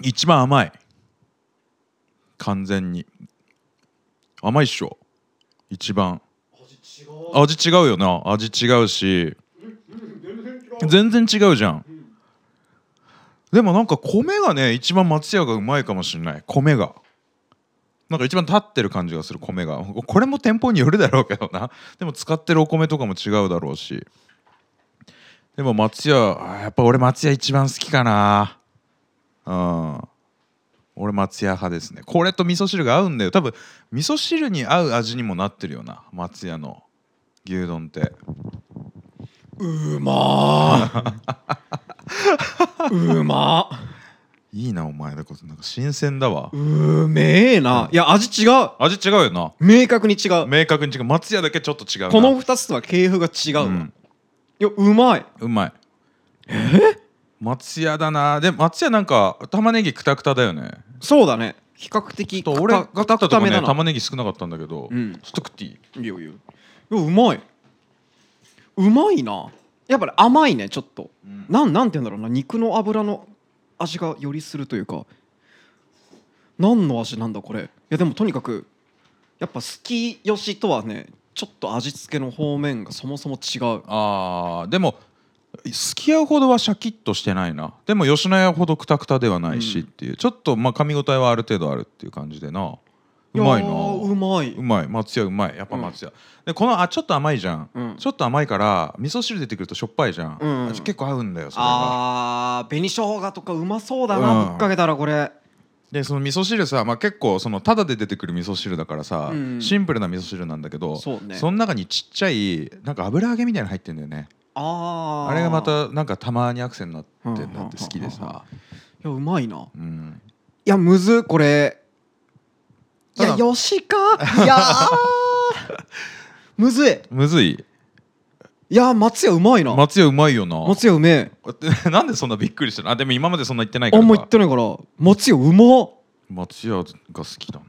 [SPEAKER 1] ー、一番甘い完全に甘いっしょ一番
[SPEAKER 2] 味違う
[SPEAKER 1] 味違うよな味違うし全然違うじゃんでもなんか米がね一番松屋がうまいかもしんない米がなんか一番立ってる感じがする米がこれも店舗によるだろうけどなでも使ってるお米とかも違うだろうしでも松屋あーやっぱ俺松屋一番好きかなうん俺松屋派ですねこれと味噌汁が合うんだよ多分味噌汁に合う味にもなってるよな松屋の牛丼って
[SPEAKER 2] うまーうま
[SPEAKER 1] いいなお前だことなんか新鮮だわ
[SPEAKER 2] うめえないや味違う
[SPEAKER 1] 味違うよな
[SPEAKER 2] 明確に違う
[SPEAKER 1] 明確に違う松屋だけちょっと違うな
[SPEAKER 2] この2つとは系譜が違うわ、
[SPEAKER 1] うん
[SPEAKER 2] いやうまいう
[SPEAKER 1] まい松屋だなで松屋なんか玉ねぎくたくただよね
[SPEAKER 2] そうだね比較的
[SPEAKER 1] と俺が食ったとこね
[SPEAKER 2] な
[SPEAKER 1] 玉ねぎ少なかったんだけど、
[SPEAKER 2] うん
[SPEAKER 1] ちょっと食っていい
[SPEAKER 2] いやいやいやうまいうまいなやっぱり甘いねちょっと、
[SPEAKER 1] うん
[SPEAKER 2] なんなんて言うんだろうな肉の油の味がよりするというか何の味なんだこれいやでもとにかくやっぱ好きよしとはねちょっと味付けの方面がそもそも違う
[SPEAKER 1] あーでもすき家ほどはシャキッとしてないなでも吉野家ほどくたくたではないしっていう、ちょっとまあ噛み応えはある程度あるっていう感じでなうまい
[SPEAKER 2] やー
[SPEAKER 1] な
[SPEAKER 2] うまいう
[SPEAKER 1] まい松屋うまいやっぱ松屋、でこのあちょっと甘いじゃん、
[SPEAKER 2] うん
[SPEAKER 1] ちょっと甘いから味噌汁出てくるとしょっぱいじゃん、
[SPEAKER 2] うん
[SPEAKER 1] あ結構合うんだよそれが
[SPEAKER 2] あー紅生姜とかうまそうだ
[SPEAKER 1] う
[SPEAKER 2] な、
[SPEAKER 1] ん
[SPEAKER 2] ぶっかけたらこれ
[SPEAKER 1] でその味噌汁さ、まあ、結構そのタダで出てくる味噌汁だからさ、
[SPEAKER 2] うん
[SPEAKER 1] シンプルな味噌汁なんだけど
[SPEAKER 2] そうね
[SPEAKER 1] の中にちっちゃいなんか油揚げみたいなの入ってんだよね
[SPEAKER 2] あ
[SPEAKER 1] あ
[SPEAKER 2] ー
[SPEAKER 1] れがま
[SPEAKER 2] い
[SPEAKER 1] たなんかたまにアクセントになってんだって
[SPEAKER 2] うん
[SPEAKER 1] 好きでさ、
[SPEAKER 2] やうまいな
[SPEAKER 1] うん、
[SPEAKER 2] いやむずこれい
[SPEAKER 1] た
[SPEAKER 2] や
[SPEAKER 1] だ
[SPEAKER 2] よしかいやー [LAUGHS] むずい
[SPEAKER 1] むずい
[SPEAKER 2] いやー松屋うまいな
[SPEAKER 1] 松屋うまいよな
[SPEAKER 2] 松屋うめ
[SPEAKER 1] って [LAUGHS] なんでそんなびっくりしたのあでも今までそんな言ってない
[SPEAKER 2] え
[SPEAKER 1] か
[SPEAKER 2] あ
[SPEAKER 1] ら
[SPEAKER 2] ん
[SPEAKER 1] か
[SPEAKER 2] ま言ってないから松屋うま
[SPEAKER 1] 松屋が好きだな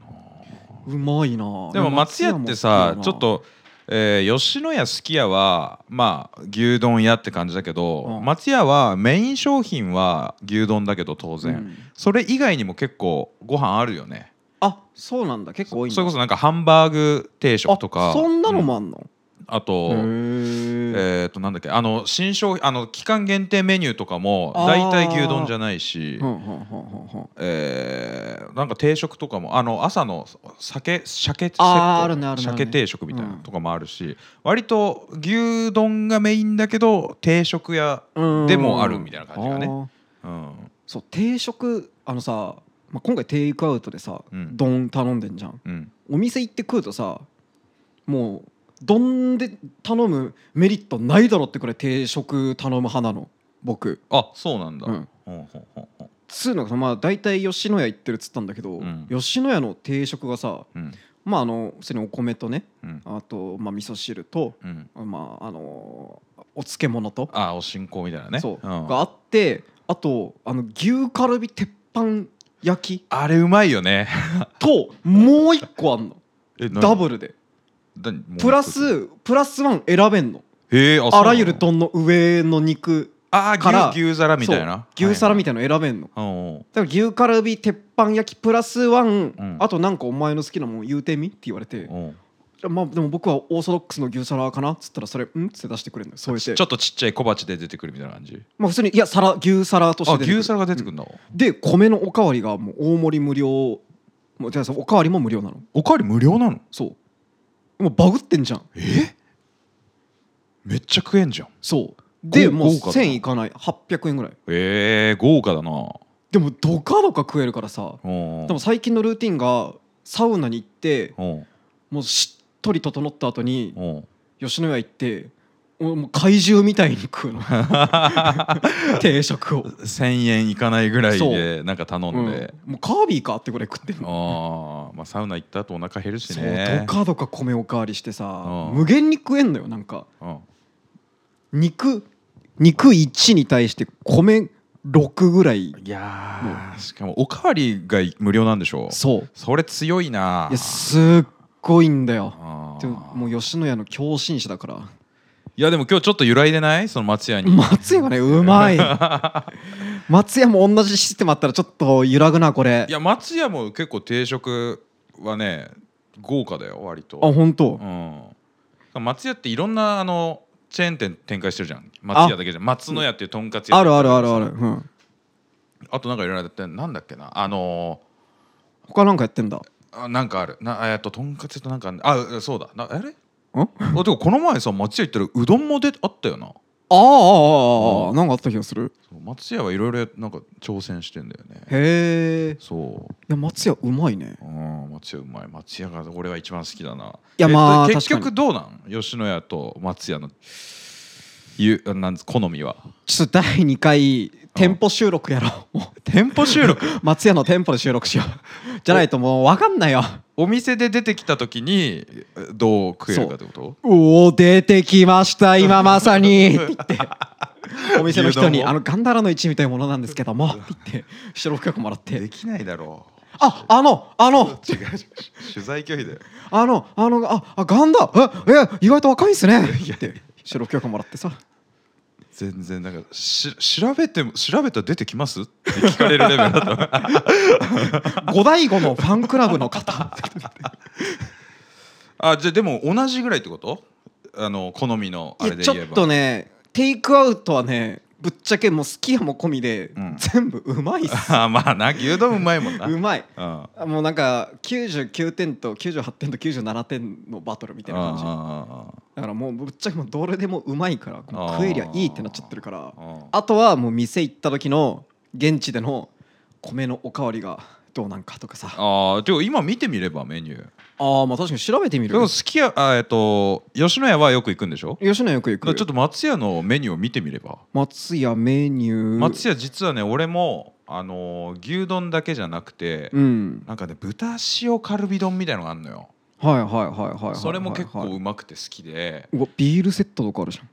[SPEAKER 2] うまいな
[SPEAKER 1] でも松屋ってさ
[SPEAKER 2] 松屋も好きだな
[SPEAKER 1] ちょっと、えー吉野家すき家はまあ牛丼屋って感じだけど、
[SPEAKER 2] うん
[SPEAKER 1] 松屋はメイン商品は牛丼だけど当然、
[SPEAKER 2] うん
[SPEAKER 1] それ以外にも結構ご飯あるよね
[SPEAKER 2] あそうなんだ結構多いんだ
[SPEAKER 1] それこそなんかハンバーグ定食とか
[SPEAKER 2] あそんなの
[SPEAKER 1] うん
[SPEAKER 2] もあんの、
[SPEAKER 1] あと
[SPEAKER 2] へえ
[SPEAKER 1] えっとなんだっけあの新商品あの期間限定メニューとかも
[SPEAKER 2] あー
[SPEAKER 1] 大体牛丼じゃないし
[SPEAKER 2] ほんほんほんほんほん
[SPEAKER 1] えーなんか定食とかもあの朝の酒鮭セット
[SPEAKER 2] あーあるねあるね
[SPEAKER 1] 鮭定食みたいな
[SPEAKER 2] うん
[SPEAKER 1] とかもあるし、割と牛丼がメインだけど定食屋、
[SPEAKER 2] うん
[SPEAKER 1] でもあるみたいな感じがね
[SPEAKER 2] あー
[SPEAKER 1] うん、
[SPEAKER 2] そう定食あのさ、まあ、今回テイクアウトでさ
[SPEAKER 1] うん
[SPEAKER 2] 丼頼んでんじゃん
[SPEAKER 1] うん
[SPEAKER 2] お店行って食うとさもう丼で頼むメリットないだろってくらい定食頼む派なの僕
[SPEAKER 1] あそうなんだ、
[SPEAKER 2] うん
[SPEAKER 1] ほんほんほんほん
[SPEAKER 2] つうのがまあ大体吉野家行ってるっつったんだけど、
[SPEAKER 1] うん
[SPEAKER 2] 吉野家の定食がさ
[SPEAKER 1] うん
[SPEAKER 2] まああの普通にお米とね
[SPEAKER 1] うん
[SPEAKER 2] あとまあ味噌汁と
[SPEAKER 1] うん
[SPEAKER 2] まああのお漬物と
[SPEAKER 1] あお進行みたいなね
[SPEAKER 2] そう、
[SPEAKER 1] ん
[SPEAKER 2] があってあとあの牛カルビ鉄板焼き
[SPEAKER 1] あれうまいよね [LAUGHS]
[SPEAKER 2] ともう一個あんの
[SPEAKER 1] え
[SPEAKER 2] ダブルで
[SPEAKER 1] ル
[SPEAKER 2] プラスプラスワン選べんの
[SPEAKER 1] へーあそうなの
[SPEAKER 2] あらゆる丼の上の肉
[SPEAKER 1] あー
[SPEAKER 2] から
[SPEAKER 1] 牛牛皿みたいな
[SPEAKER 2] そう牛皿み
[SPEAKER 1] たい
[SPEAKER 2] たいなの選べんの、
[SPEAKER 1] な、はいはいうんうん
[SPEAKER 2] だから牛カルビ鉄板焼きプラスワン、
[SPEAKER 1] ん
[SPEAKER 2] あとなんかお前の好きなもん言うてみって言われて、
[SPEAKER 1] うん
[SPEAKER 2] まあでも僕はオーソドックスの牛皿かなっつったらそれうんっつって出してくれるのよそうやっ
[SPEAKER 1] ち
[SPEAKER 2] て
[SPEAKER 1] ょっとちっちゃい小鉢で出てくるみたいな感じ
[SPEAKER 2] まあ普通にいや皿牛皿とし
[SPEAKER 1] あ
[SPEAKER 2] て出てくる
[SPEAKER 1] 牛皿が出てくる
[SPEAKER 2] うん
[SPEAKER 1] だ、
[SPEAKER 2] で米のおかわりがもう大盛り無料もうじゃあそのおかわりも無料なの
[SPEAKER 1] おかわり無料なの
[SPEAKER 2] そうもうバグってんじゃん
[SPEAKER 1] えめっちゃ食えんじゃん
[SPEAKER 2] そうで
[SPEAKER 1] 豪
[SPEAKER 2] もう
[SPEAKER 1] 豪華だな
[SPEAKER 2] 1000いかない800円ぐらい
[SPEAKER 1] えー、豪華だな
[SPEAKER 2] でもどかどか食えるからさ
[SPEAKER 1] うん
[SPEAKER 2] でも最近のルーティンがサウナに行って
[SPEAKER 1] うん
[SPEAKER 2] もうしっとり整った後に
[SPEAKER 1] うん
[SPEAKER 2] 吉野家行ってもうもう怪獣みたいに食う
[SPEAKER 1] [LAUGHS]
[SPEAKER 2] の定食を、
[SPEAKER 1] 1000円いかないぐらいでなんか頼
[SPEAKER 2] うんん
[SPEAKER 1] で、
[SPEAKER 2] もうカービィかってぐらい食ってんの
[SPEAKER 1] ああまあサウナ行った後お腹減るし
[SPEAKER 2] そう
[SPEAKER 1] ね
[SPEAKER 2] どかどか米おかわりしてさ
[SPEAKER 1] うん
[SPEAKER 2] 無限に食えんのよなんか
[SPEAKER 1] うん
[SPEAKER 2] 肉肉1に対して米6ぐらい
[SPEAKER 1] いやーしかもおかわりが無料なんでしょう
[SPEAKER 2] そう
[SPEAKER 1] それ強いない
[SPEAKER 2] やすっごいんだよ
[SPEAKER 1] あー
[SPEAKER 2] でももう吉野家の共振者だから
[SPEAKER 1] いやでも今日ちょっと揺らいでないその松屋に
[SPEAKER 2] 松屋がねう
[SPEAKER 1] [LAUGHS]
[SPEAKER 2] まい松屋も同じシステムあったらちょっと揺らぐなこれ
[SPEAKER 1] いや松屋も結構定食はね豪華だよ割と
[SPEAKER 2] あ本当、
[SPEAKER 1] うん、松屋っていろんなあのチェーン店展開してるじゃん松屋だけじゃん松の屋っていうとんかつ屋
[SPEAKER 2] あるあるあるある
[SPEAKER 1] る
[SPEAKER 2] うん
[SPEAKER 1] あとなんかいろいろやってんなんだっけなあの
[SPEAKER 2] 他なんかやってんだ
[SPEAKER 1] ーあなんかあるなえっととんかつ屋となんかあんあそうだなあれ
[SPEAKER 2] んあ
[SPEAKER 1] あてかこの前さ松屋行ったらうどんも出てあったよな
[SPEAKER 2] あああああなんかあった気がする
[SPEAKER 1] そう松屋はいろいろなんか挑戦してんだよね
[SPEAKER 2] へえい
[SPEAKER 1] そう
[SPEAKER 2] や松屋うまいね
[SPEAKER 1] うん松屋うまい松屋が俺は一番好きだない
[SPEAKER 2] やまあ
[SPEAKER 1] えっと結局
[SPEAKER 2] 確
[SPEAKER 1] どうなん吉野家と松屋のゆなんつ好みは
[SPEAKER 2] ちょっと第2回店舗収録やろうも
[SPEAKER 1] [LAUGHS] 店舗収録
[SPEAKER 2] う [LAUGHS] 松屋の店舗で収録しようじゃないともう分かんないよ
[SPEAKER 1] お店で出てきた時にえどう食えるかってこと
[SPEAKER 2] おお出てきました今まさにって
[SPEAKER 1] [LAUGHS]
[SPEAKER 2] 言ってお店の人
[SPEAKER 1] 牛丼
[SPEAKER 2] に「
[SPEAKER 1] を
[SPEAKER 2] あのガンダラの一みたいなものなんですけども」って言って収録曲もらって
[SPEAKER 1] きないだろ
[SPEAKER 2] 「ああのあの
[SPEAKER 1] う違う違う取材拒否だよ
[SPEAKER 2] あのあのああガンダええ意外と若い
[SPEAKER 1] [LAUGHS]
[SPEAKER 2] んすね」って収録曲もらってさ
[SPEAKER 1] 全然なんかし調べても調べたら出てきますって聞かれるレベルだった [LAUGHS]
[SPEAKER 2] 「五醍醐のファンクラブの方
[SPEAKER 1] あじゃあでも同じぐらいってことあの好みの」 [LAUGHS] あれ
[SPEAKER 2] いや
[SPEAKER 1] で
[SPEAKER 2] ち
[SPEAKER 1] 言えば
[SPEAKER 2] ょっとねテイクアウトはねぶっちゃけもう好きやも込みで、
[SPEAKER 1] うん
[SPEAKER 2] 全部うまい
[SPEAKER 1] [LAUGHS]
[SPEAKER 2] っす
[SPEAKER 1] [LAUGHS] あまあな牛丼うまいもんな
[SPEAKER 2] うまい
[SPEAKER 1] うん
[SPEAKER 2] あもうなんか99点と98点と97点のバトルみたいな感じ
[SPEAKER 1] あ
[SPEAKER 2] だからもうぶっちゃけもうどれでもうまいからもう
[SPEAKER 1] あー
[SPEAKER 2] 食えりゃいいってなっちゃってるから
[SPEAKER 1] ーあー
[SPEAKER 2] あとはもう店行った時の現地での米のおかわりがどうなんかとかさあ
[SPEAKER 1] あーでも今見てみればメニュー
[SPEAKER 2] あーまあ確かに調べてみ
[SPEAKER 1] で
[SPEAKER 2] る
[SPEAKER 1] も好きやあえっと吉野家はよく行くんでしょ
[SPEAKER 2] 吉野家よく行
[SPEAKER 1] だから
[SPEAKER 2] く
[SPEAKER 1] ちょっと松屋のメニューを見てみれば
[SPEAKER 2] 松屋メニュー
[SPEAKER 1] 松屋実はね俺もあのー牛丼だけじゃなくて
[SPEAKER 2] うん
[SPEAKER 1] なんかね豚塩カルビ丼みたいのがあるのよ
[SPEAKER 2] はいはいはいはいはいはい
[SPEAKER 1] それも結構
[SPEAKER 2] はいう
[SPEAKER 1] まくて好きで
[SPEAKER 2] うわビールセットとかあるじゃん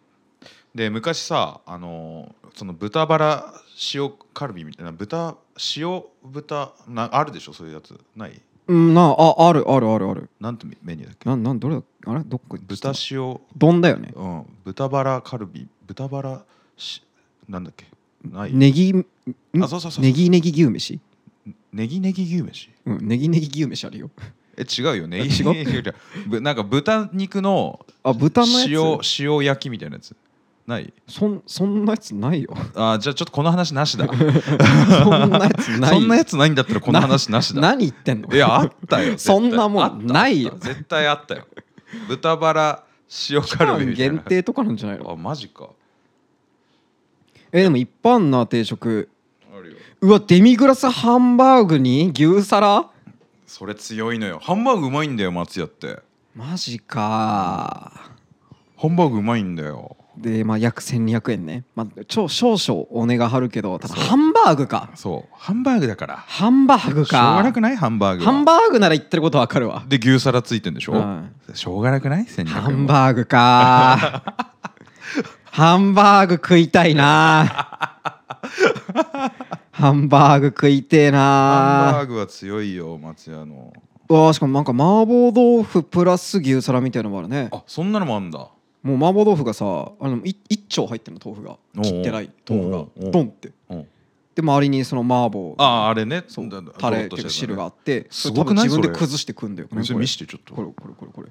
[SPEAKER 1] で昔さあのーその豚バラ塩カルビみたいな豚塩豚なあるでしょそういうやつない
[SPEAKER 2] うんなああるあるあるある
[SPEAKER 1] なんてメニューだっけ
[SPEAKER 2] なんなんどれだあれどっか
[SPEAKER 1] 豚塩
[SPEAKER 2] 丼だよね
[SPEAKER 1] うん、豚バラカルビ豚バラしなんだっけない、
[SPEAKER 2] ネギん
[SPEAKER 1] あそうそうそうそう
[SPEAKER 2] ネギネギ牛飯
[SPEAKER 1] ネギネギ牛飯
[SPEAKER 2] うんネギネギ牛飯あるよ
[SPEAKER 1] え違うよね
[SPEAKER 2] え
[SPEAKER 1] い
[SPEAKER 2] 違う
[SPEAKER 1] やいやいやぶなんか豚肉の
[SPEAKER 2] あ豚のやつ
[SPEAKER 1] 塩塩焼きみたいなやつない
[SPEAKER 2] そんそんなやつな
[SPEAKER 1] [LAUGHS]
[SPEAKER 2] いよ
[SPEAKER 1] あーじゃあちょっとこの話なしだ
[SPEAKER 2] [LAUGHS] そんなやつない
[SPEAKER 1] そんなやつないんだったらこの話なしだ
[SPEAKER 2] 何言ってんの
[SPEAKER 1] いやあったよ
[SPEAKER 2] そんなも
[SPEAKER 1] 絶対あった
[SPEAKER 2] んないよ
[SPEAKER 1] 絶対あったよ豚バラ塩カルビみたい
[SPEAKER 2] [LAUGHS] 限
[SPEAKER 1] な
[SPEAKER 2] 定とかなんじゃないの
[SPEAKER 1] あマジか
[SPEAKER 2] えでも一般な定食
[SPEAKER 1] あるよ
[SPEAKER 2] うわデミグラスハンバーグに牛皿
[SPEAKER 1] それ強いのよハンバーグうまいんだよ松屋って
[SPEAKER 2] マジか
[SPEAKER 1] ハンバーグうまいんだよ
[SPEAKER 2] でまあ約1200円ね、まあ、ちょ少々お値が張るけどただハンバーグか
[SPEAKER 1] そうハンバーグだから
[SPEAKER 2] ハンバーグ
[SPEAKER 1] しょうがな
[SPEAKER 2] か
[SPEAKER 1] くないハンバーグは
[SPEAKER 2] ハンバーグなら言ってることわかるわ
[SPEAKER 1] で牛皿ついてんでしょ、
[SPEAKER 2] うん
[SPEAKER 1] しょうがなくない1200円は
[SPEAKER 2] ハンバー
[SPEAKER 1] [LAUGHS]
[SPEAKER 2] グかハンバーグ食いたいなハンバーグ食いて
[SPEAKER 1] ハ
[SPEAKER 2] え
[SPEAKER 1] ン
[SPEAKER 2] な
[SPEAKER 1] バーグは強いよ松屋の
[SPEAKER 2] うわしかもなんか麻婆豆腐プラス牛皿みたいなのもあるね
[SPEAKER 1] あそんなのもあんだ
[SPEAKER 2] もう麻婆豆腐がさあのい一丁入ってるの豆腐が
[SPEAKER 1] おう
[SPEAKER 2] 切ってない豆腐
[SPEAKER 1] おうおうお
[SPEAKER 2] が
[SPEAKER 1] う
[SPEAKER 2] ドンって
[SPEAKER 1] うん
[SPEAKER 2] で周りにその麻婆
[SPEAKER 1] あああれね
[SPEAKER 2] そう
[SPEAKER 1] だだ
[SPEAKER 2] タ
[SPEAKER 1] ド
[SPEAKER 2] レ
[SPEAKER 1] ロッ
[SPEAKER 2] って
[SPEAKER 1] と
[SPEAKER 2] い
[SPEAKER 1] し
[SPEAKER 2] う
[SPEAKER 1] たやつね
[SPEAKER 2] か汁があって
[SPEAKER 1] すごく
[SPEAKER 2] それ多分
[SPEAKER 1] ない
[SPEAKER 2] 自分で
[SPEAKER 1] それ
[SPEAKER 2] 崩してくんだよ
[SPEAKER 1] そ
[SPEAKER 2] ね
[SPEAKER 1] れ
[SPEAKER 2] これ
[SPEAKER 1] 見してちょっと
[SPEAKER 2] これこれこれこれ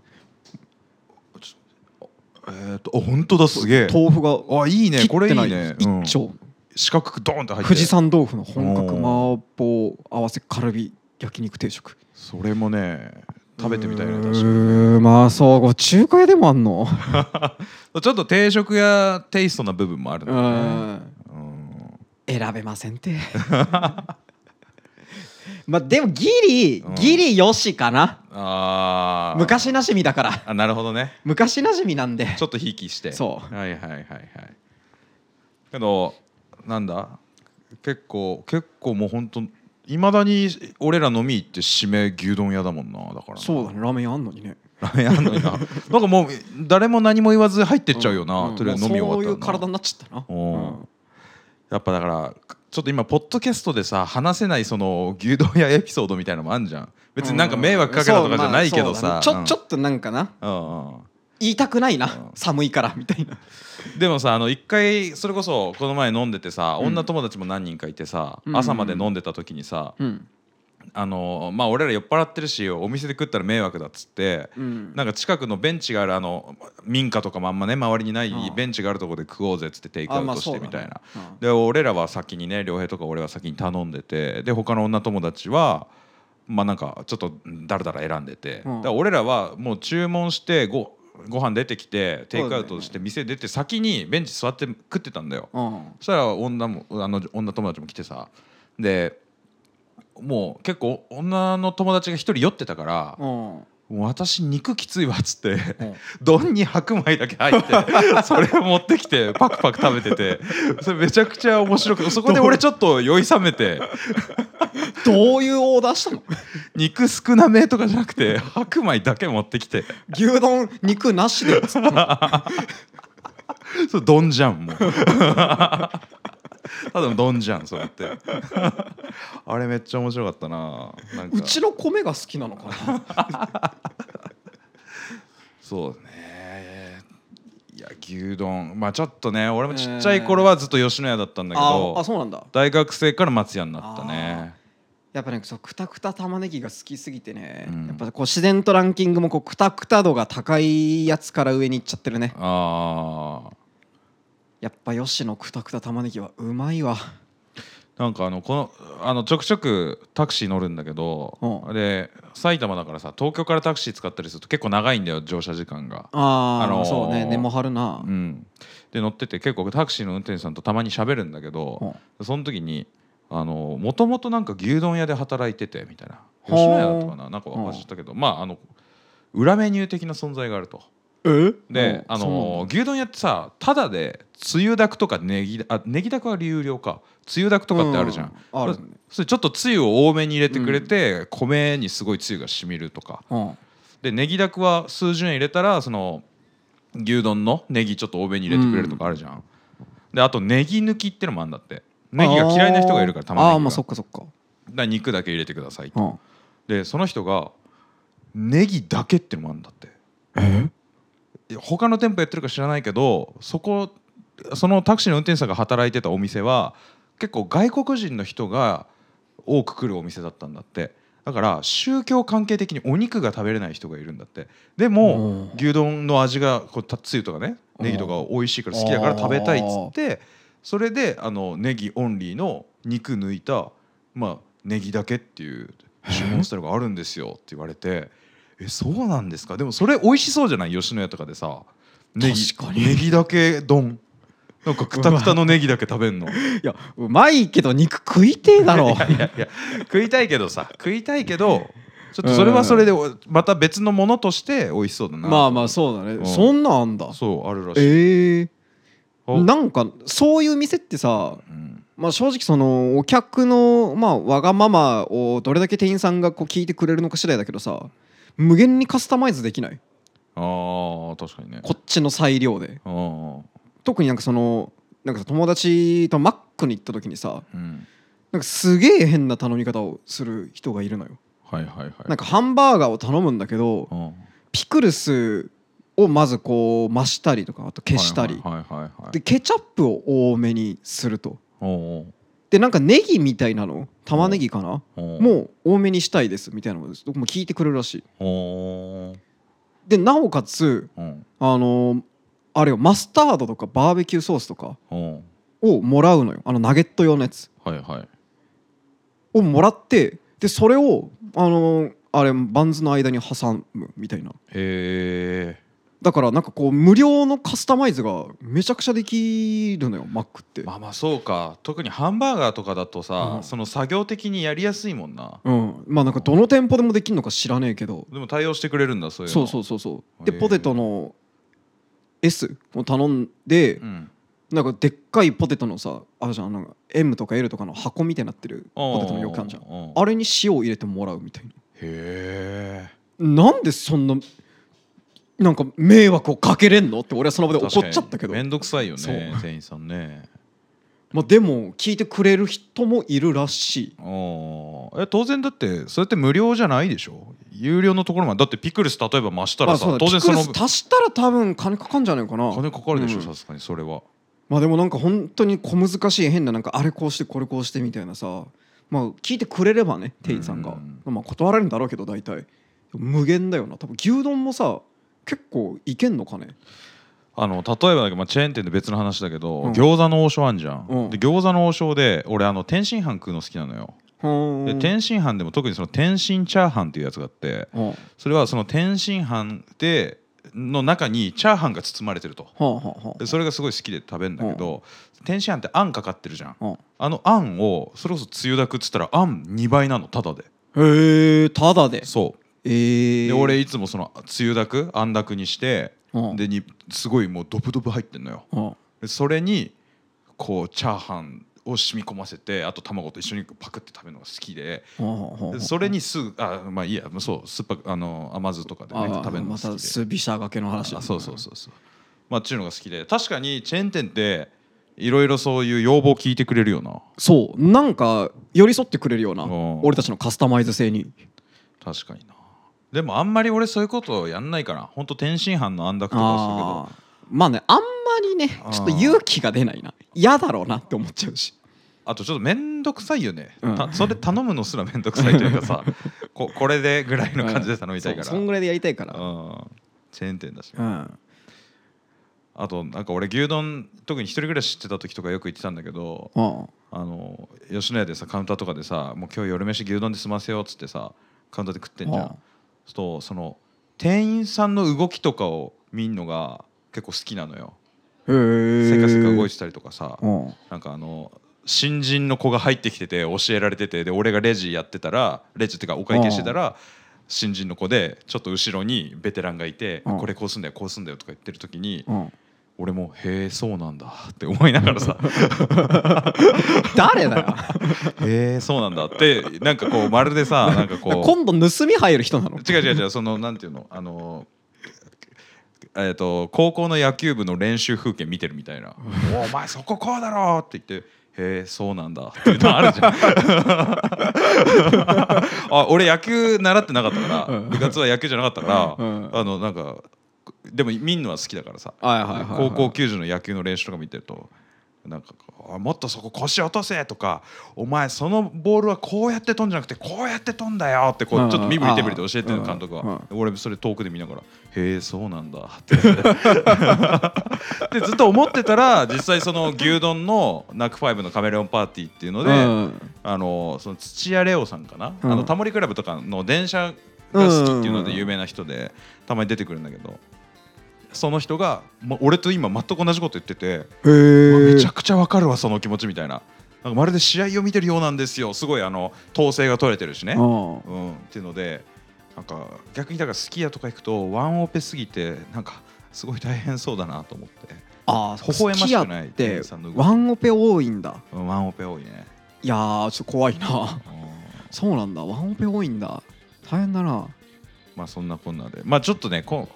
[SPEAKER 1] えー、とあ本当だすげえ
[SPEAKER 2] 豆腐が
[SPEAKER 1] あいいねこれいい
[SPEAKER 2] 切って
[SPEAKER 1] ね
[SPEAKER 2] な
[SPEAKER 1] うん
[SPEAKER 2] 一丁
[SPEAKER 1] 四角くドーンって入って
[SPEAKER 2] 富士山豆腐の本格
[SPEAKER 1] お
[SPEAKER 2] 麻婆合わせカルビ焼肉定食
[SPEAKER 1] それもね食べてみたいね
[SPEAKER 2] う
[SPEAKER 1] 確かに
[SPEAKER 2] ーんまあそうこれ中華屋でもあんの
[SPEAKER 1] ちょっと定食やテイストな部分もある
[SPEAKER 2] う
[SPEAKER 1] のね
[SPEAKER 2] ん
[SPEAKER 1] うん
[SPEAKER 2] 選べませ
[SPEAKER 1] [LAUGHS]
[SPEAKER 2] んてまあでもギリ
[SPEAKER 1] うん
[SPEAKER 2] ギリよしかな
[SPEAKER 1] ああ
[SPEAKER 2] 昔なじみだから
[SPEAKER 1] あなるほどね
[SPEAKER 2] 昔なじみなんで
[SPEAKER 1] ちょっとひいきして
[SPEAKER 2] そう
[SPEAKER 1] はいはいはいはいけどなんだ結構結構もうほんといまだに俺ら飲み行って締め牛丼屋だもんなだからな
[SPEAKER 2] そうだねラーメン屋あんのにね
[SPEAKER 1] ラーメン屋あんの
[SPEAKER 2] [LAUGHS]
[SPEAKER 1] にななんかもう誰も何も言わず入ってっちゃうよな、
[SPEAKER 2] ん
[SPEAKER 1] とりあえず飲み終わったらな
[SPEAKER 2] もうそういう体になっちゃったな
[SPEAKER 1] おー
[SPEAKER 2] うん
[SPEAKER 1] やっぱだからちょっと今ポッドキャストでさ話せないその牛丼屋エピソードみたいなのもあんじゃん別になんか迷惑かけたとかじゃないけどさ、
[SPEAKER 2] そうまあそうだねちょちょっとなんかな
[SPEAKER 1] うんうんうん
[SPEAKER 2] 言いたくないな、
[SPEAKER 1] うん
[SPEAKER 2] 寒いからみた
[SPEAKER 1] [LAUGHS]
[SPEAKER 2] いな
[SPEAKER 1] でもさあの一回それこそこの前飲んでてさ、
[SPEAKER 2] うん
[SPEAKER 1] 女友達も何人かいてさ、
[SPEAKER 2] うん
[SPEAKER 1] 朝まで飲んでた時にさ、
[SPEAKER 2] うん、
[SPEAKER 1] あのまあ俺ら酔っ払ってるしお店で食ったら迷惑だっつって、
[SPEAKER 2] うん、
[SPEAKER 1] なんか近くのベンチがあるあの民家とかもあんまね周りにない
[SPEAKER 2] うん
[SPEAKER 1] ベンチがあるとこで食おうぜっつってテイクア
[SPEAKER 2] あ
[SPEAKER 1] ウ
[SPEAKER 2] まあ
[SPEAKER 1] トし
[SPEAKER 2] そ
[SPEAKER 1] て
[SPEAKER 2] うだ
[SPEAKER 1] みたいな、
[SPEAKER 2] ね
[SPEAKER 1] で俺らは先にね良平とか俺は先に頼んでてで他の女友達はまあなんかちょっとだらだら選んでて、
[SPEAKER 2] うん
[SPEAKER 1] だから俺らはもう注文してごご飯出てきてテイクアウトして店出て先にベンチ座って食ってたんだよ、
[SPEAKER 2] うんうん
[SPEAKER 1] そしたら女もあの女友達も来てさでもう結構女の友達が一人酔ってたから
[SPEAKER 2] う、んうん
[SPEAKER 1] もう私肉きついわっつって丼に白米だけ入
[SPEAKER 2] [LAUGHS]
[SPEAKER 1] ってそれを持ってきてパクパク食べててそれめちゃくちゃ面白くそこで俺ちょっと酔い覚めて
[SPEAKER 2] どういうオーダーしたの
[SPEAKER 1] 肉少なめとかじゃなくて白米だけ持ってきて
[SPEAKER 2] 牛丼肉なしでっつって
[SPEAKER 1] それ丼じゃんもう [LAUGHS] ただの丼じゃんそれってあれめっちゃ面白かったななんか
[SPEAKER 2] うちの米が好きな
[SPEAKER 1] [LAUGHS]
[SPEAKER 2] のかな
[SPEAKER 1] そうねいや牛丼まあちょっとね俺もちっちゃい頃はずっと吉野家だったんだけ
[SPEAKER 2] あ
[SPEAKER 1] ど、
[SPEAKER 2] あそうなんだ
[SPEAKER 1] 大学生から松屋になったね
[SPEAKER 2] やっぱねそうくたくた玉ねぎが好きすぎてね、
[SPEAKER 1] うん
[SPEAKER 2] やっぱこう自然とランキングもこうくたくた度が高いやつから上に行っちゃってるね
[SPEAKER 1] ああ
[SPEAKER 2] やっぱ吉野くたくた玉ねぎはうまいわ
[SPEAKER 1] なんかあのこのあのちょくちょくタクシー乗るんだけど、
[SPEAKER 2] う
[SPEAKER 1] で埼玉だからさ東京からタクシー使ったりすると結構長いんだよ乗車時間が。
[SPEAKER 2] あー、
[SPEAKER 1] あのー
[SPEAKER 2] そうね根も張るな
[SPEAKER 1] う、ん、で乗ってて結構タクシーの運転手さんとたまに喋るんだけ
[SPEAKER 2] う
[SPEAKER 1] ど、
[SPEAKER 2] ん
[SPEAKER 1] その時にあのもともとなんか牛丼屋で働いててみたいな
[SPEAKER 2] ほう
[SPEAKER 1] 吉野家だったかななんか忘れちゃったけど、まああの裏メニュー的な存在があると。
[SPEAKER 2] え
[SPEAKER 1] で、あの牛丼屋ってさただでつゆだくとかネギあネギだくは有料かつゆだくとかってあるじゃん、
[SPEAKER 2] あるね
[SPEAKER 1] それちょっとつゆを多めに入れてくれて、米にすごいつゆがしみるとか
[SPEAKER 2] うん
[SPEAKER 1] でネギだくは数十円入れたらその牛丼のネギちょっと多めに入れてくれるとかあるじゃん、であとネギ抜きってのもあんだってネギが嫌いな人がいるからたまに
[SPEAKER 2] あーあーまあそっかそっか
[SPEAKER 1] 肉だけ入れてくださいと
[SPEAKER 2] うん
[SPEAKER 1] でその人がネギだけってのもあるんだって
[SPEAKER 2] え
[SPEAKER 1] いや他の店舗やってるか知らないけどそこそのタクシーの運転手さんが働いてたお店は結構外国人の人が多く来るお店だったんだってだから宗教関係的にお肉が食べれない人がいるんだってでも
[SPEAKER 2] うん
[SPEAKER 1] 牛丼の味がこうたつゆとかね
[SPEAKER 2] うん
[SPEAKER 1] ネギとか美味しいから好きだから食べたいっつってそれであのネギオンリーの肉抜いたまあネギだけっていう注文スタイルがあるんですよって言われてえそうなんですかでもそれ美味しそうじゃない吉野家とかでさネギ
[SPEAKER 2] 確かに
[SPEAKER 1] ネギだけ丼なんかくたくたのネギだけ食べんの
[SPEAKER 2] いやうまいけど肉食いてえだろ
[SPEAKER 1] いやいや食いたいけどさ食いたいけどちょっとそれはそれでおまた別のものとして美味しそうだな
[SPEAKER 2] [LAUGHS] まあまあそうだね、
[SPEAKER 1] うん
[SPEAKER 2] そんなんあんだ
[SPEAKER 1] そうあるらしい、
[SPEAKER 2] ええ
[SPEAKER 1] あ
[SPEAKER 2] なんかそういう店ってさ
[SPEAKER 1] うん
[SPEAKER 2] まあ正直そのお客のまあわがままをどれだけ店員さんがこう聞いてくれるのか次第だけどさ無限にカスタマイズできない
[SPEAKER 1] ああ確かにね
[SPEAKER 2] こっちの裁量で
[SPEAKER 1] あー
[SPEAKER 2] 特になんかそのなんかさ友達とマックに行った時にさ
[SPEAKER 1] うん
[SPEAKER 2] なんかすげえ変な頼み方をする人がいるのよ
[SPEAKER 1] はいはいはい
[SPEAKER 2] なんかハンバーガーを頼むんだけど
[SPEAKER 1] うんはい
[SPEAKER 2] ピクルスをまずこう増したりとかあと消したり
[SPEAKER 1] はいはいはいはい
[SPEAKER 2] でケチャップを多めにすると
[SPEAKER 1] おう
[SPEAKER 2] でなんかネギみたいなの玉ねぎかな
[SPEAKER 1] おう
[SPEAKER 2] もう多めにしたいですみたいなのを僕も聞いてくれるらしい
[SPEAKER 1] おう
[SPEAKER 2] でなおかつ
[SPEAKER 1] うん
[SPEAKER 2] あのーあれよマスタードとかバーベキューソースとか
[SPEAKER 1] おう
[SPEAKER 2] をもらうのよあのナゲット用のやつ
[SPEAKER 1] はいはい
[SPEAKER 2] をもらってでそれをあのーあれバンズの間に挟むみたいな
[SPEAKER 1] へ
[SPEAKER 2] だからなんかこう無料のカスタマイズがめちゃくちゃできるのよマックって
[SPEAKER 1] えまあまあそうか特にハンバーガーとかだとさ、
[SPEAKER 2] うん
[SPEAKER 1] その作業的にやりやすいもんな
[SPEAKER 2] うんまあなんかどの店舗でもできるのか知らねえけど
[SPEAKER 1] でも対応してくれるんだそういう
[SPEAKER 2] そ
[SPEAKER 1] の
[SPEAKER 2] うそうそうそうで
[SPEAKER 1] へえ
[SPEAKER 2] ポテトの S を頼んで、
[SPEAKER 1] うん
[SPEAKER 2] なんかでっかいポテトのさあるじゃんなんか M とか L とかの箱みたいになってるポテトのよくあるじゃん
[SPEAKER 1] ん
[SPEAKER 2] あれに塩を入れてもらうみたい
[SPEAKER 1] へえ
[SPEAKER 2] ななんでそんななんか迷惑をかけれんのって俺はその場で怒っちゃったけど、
[SPEAKER 1] 面倒くさいよ
[SPEAKER 2] そう
[SPEAKER 1] ね店員さんね
[SPEAKER 2] まあ、でも聞いてくれる人もいるらし
[SPEAKER 1] おーえ当然だってそれって無料じゃないでしょ有料のところまでだってピクルス例えば増し
[SPEAKER 2] い
[SPEAKER 1] たらさ
[SPEAKER 2] まあそうだ
[SPEAKER 1] 当然その
[SPEAKER 2] ピクルス足したら多分金かかんじゃないかな
[SPEAKER 1] 金かかるでし
[SPEAKER 2] う
[SPEAKER 1] ょ
[SPEAKER 2] ん
[SPEAKER 1] さすがにそれは
[SPEAKER 2] まあでもなんか本当に小難しい変ななんかあれこうしてこれこうしてみたいなさまあ聞いてくれればね店員さんが
[SPEAKER 1] うん
[SPEAKER 2] まあ断られるんだろうけど大体無限だよな多分牛丼もさ結構いけんのかね
[SPEAKER 1] あの例えばだけど、まあ、チェーン店で別の話だけど、
[SPEAKER 2] うん
[SPEAKER 1] 餃子の王将あんじゃん、
[SPEAKER 2] うん
[SPEAKER 1] で餃子の王将で俺あの天津飯食うの好きなのよ、
[SPEAKER 2] は
[SPEAKER 1] で天津飯でも特にその天津チャーハンっていうやつがあって
[SPEAKER 2] はは
[SPEAKER 1] それはその天津飯での中にチャーハンが包まれてると
[SPEAKER 2] あはあは
[SPEAKER 1] でそれがすごい好きで食べるんだけど、天津飯ってあんかかってるじゃん
[SPEAKER 2] あは
[SPEAKER 1] あのあんをそれこそつゆだくっつったらあん2倍なのタダで
[SPEAKER 2] あへえただで
[SPEAKER 1] そう
[SPEAKER 2] え
[SPEAKER 1] で、
[SPEAKER 2] ー、
[SPEAKER 1] 俺いつもそのつゆだくあんだくにして、
[SPEAKER 2] うん
[SPEAKER 1] でにすごいもうドブドブ入ってんのよ
[SPEAKER 2] は
[SPEAKER 1] でそれにこうチャーハンを染み込ませてあと卵と一緒にパクって食べるのが好きで
[SPEAKER 2] あはあはあはあ
[SPEAKER 1] でそれにすぐあまあいいやそう酸っぱくあの甘酢とかでね
[SPEAKER 2] ああ
[SPEAKER 1] 食べるの
[SPEAKER 2] ま
[SPEAKER 1] が好
[SPEAKER 2] た
[SPEAKER 1] きで
[SPEAKER 2] すびしゃがけの話だ
[SPEAKER 1] あそうそうそうそうまあっちゅうのが好きで確かにチェーン店っていろいろそういう要望聞いてくれるよな
[SPEAKER 2] そうなんか寄り添ってくれるような
[SPEAKER 1] うん
[SPEAKER 2] 俺たちのカスタマイズ性に
[SPEAKER 1] 確かになでもあんまり俺そういうことやんないからほんと天津飯のあんだくとか
[SPEAKER 2] あーまあねあんまりね
[SPEAKER 1] あー
[SPEAKER 2] ちょっと勇気が出ないな嫌だろうなって思っちゃう
[SPEAKER 1] す
[SPEAKER 2] し
[SPEAKER 1] るけどあとちょっと面倒くさいよね、
[SPEAKER 2] うん
[SPEAKER 1] たそれ頼むのすら面倒くさいというか
[SPEAKER 2] [LAUGHS]
[SPEAKER 1] さここれでぐらいの感じで頼みたいか
[SPEAKER 2] そう
[SPEAKER 1] ら、
[SPEAKER 2] そんぐらいでやりたいか
[SPEAKER 1] う
[SPEAKER 2] ら
[SPEAKER 1] んチェーン店だし、
[SPEAKER 2] うん
[SPEAKER 1] あとなんか俺牛丼特に一人暮らししてた時とかよく行ってたんだけど
[SPEAKER 2] うん
[SPEAKER 1] あの吉野家でさカウンターとかでさ「もう今日夜飯牛丼で済ませよう」っつってさカウンターで食ってんじゃん、
[SPEAKER 2] うん
[SPEAKER 1] そうするとその店員さんの動きとかを見んのが結構好きなのよ
[SPEAKER 2] へえ
[SPEAKER 1] せかせか動いてたりとかさ、
[SPEAKER 2] うん
[SPEAKER 1] なんかあの新人の子が入ってきてて教えられててで俺がレジやってたらレジっていうかお会計してたら新人の子でちょっと後ろにベテランがいて
[SPEAKER 2] うん
[SPEAKER 1] これこうすんだよこうすんだよとか言ってる時に
[SPEAKER 2] うん
[SPEAKER 1] 俺もへえそうなんだって思いながらさ
[SPEAKER 2] 誰だよ
[SPEAKER 1] へえ [LAUGHS] そうなんだってなんかこうまるでさなんかこ
[SPEAKER 2] 今度盗み入る人なの
[SPEAKER 1] う違う違う違うそのなんていうのあのえっと高校の野球部の練習風景見てるみたいな「 [LAUGHS] おお前そここうだろ!」って言って「へえそうなんだ」っていうのあるじ [LAUGHS] ゃん。あ俺野球習ってなかったから
[SPEAKER 2] うん
[SPEAKER 1] 部活は野球じゃなかったか
[SPEAKER 2] うん
[SPEAKER 1] らあのなん [LAUGHS] かでも見んのは好きだからさ
[SPEAKER 2] はいはいはいはい
[SPEAKER 1] 高校球児の野球の練習とか見てるとなんかこうあもっとそこ腰落とせとかお前そのボールはこうやって飛んじゃなくてこうやって飛んだよってこう
[SPEAKER 2] うん
[SPEAKER 1] ちょっと身振り手振りで教えてる
[SPEAKER 2] うん
[SPEAKER 1] 監督
[SPEAKER 2] うん
[SPEAKER 1] は俺それ遠くで見ながら「へえそうなんだ」
[SPEAKER 2] [LAUGHS]
[SPEAKER 1] ってでずっと思ってたら実際その牛丼のナックファイブのカメレオンパーティーっていうので、あのその土屋レオさんかな、
[SPEAKER 2] うん
[SPEAKER 1] あのタモリクラブとかの電車が好きっていうので有名な人で、たまに出てくるんだけどその人が、ま、俺と今全く同じこと言ってて、うわ
[SPEAKER 2] へ
[SPEAKER 1] めちゃくちゃわかるわその気持ちみたいななんかまるで試合を見てるようなんですよすごいあの統制が取れてるしね、
[SPEAKER 2] うん
[SPEAKER 1] うん、っていうのでなんか逆にだからスキーヤとか行くとワンオペすぎてなんかすごい大変そうだなと思って
[SPEAKER 2] あ
[SPEAKER 1] 微笑ましくない
[SPEAKER 2] っ
[SPEAKER 1] 店
[SPEAKER 2] て
[SPEAKER 1] 員さんの動き
[SPEAKER 2] ワンオペ多いんだ
[SPEAKER 1] うんワンオペ多いね。
[SPEAKER 2] いやーちょっと怖いな
[SPEAKER 1] うん
[SPEAKER 2] そうなんだワンオペ多いんだ大変だな
[SPEAKER 1] まあそんなこんなで、まあちょっとね、こん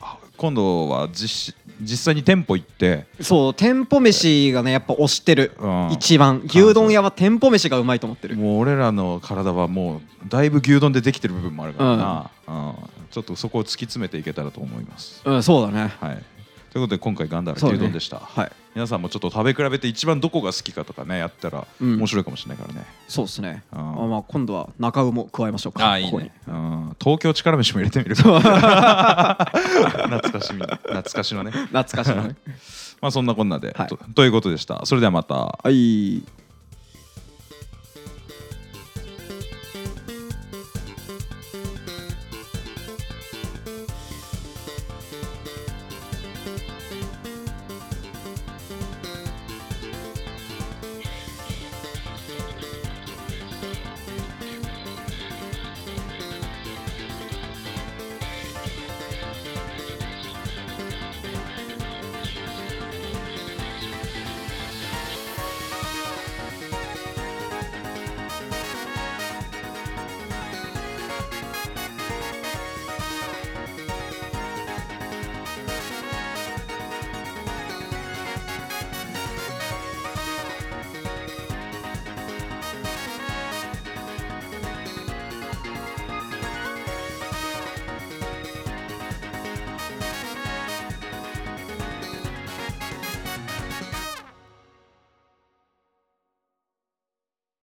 [SPEAKER 1] あ今度は実施実際に店舗行って、
[SPEAKER 2] そう店舗飯がねやっぱ推してる
[SPEAKER 1] うん
[SPEAKER 2] 一番牛丼屋は店舗飯がうまいと思ってる
[SPEAKER 1] もう俺らの体はもうだいぶ牛丼でできてる部分もあるからな、うんちょっとそこを突き詰めていけたらと思います。
[SPEAKER 2] うんそうだね
[SPEAKER 1] はい、ということで今回ガンダラ
[SPEAKER 2] そうね
[SPEAKER 1] 牛丼でした、
[SPEAKER 2] はい
[SPEAKER 1] 皆さんもちょっと食べ比べて一番どこが好きかとかねやったら
[SPEAKER 2] うん
[SPEAKER 1] 面白いかもしれないからね。
[SPEAKER 2] そうですね
[SPEAKER 1] う
[SPEAKER 2] あ
[SPEAKER 1] ん
[SPEAKER 2] まあ今度は中尾も加えましょうか
[SPEAKER 1] ああいい
[SPEAKER 2] ここに
[SPEAKER 1] ね、うん、東京力飯も入れてみる [LAUGHS] 懐かしみ懐か
[SPEAKER 2] [LAUGHS]
[SPEAKER 1] しのね [LAUGHS]
[SPEAKER 2] 懐かしいな
[SPEAKER 1] まあそんなこんなで、
[SPEAKER 2] はい
[SPEAKER 1] とということでしたそれではまた
[SPEAKER 2] はい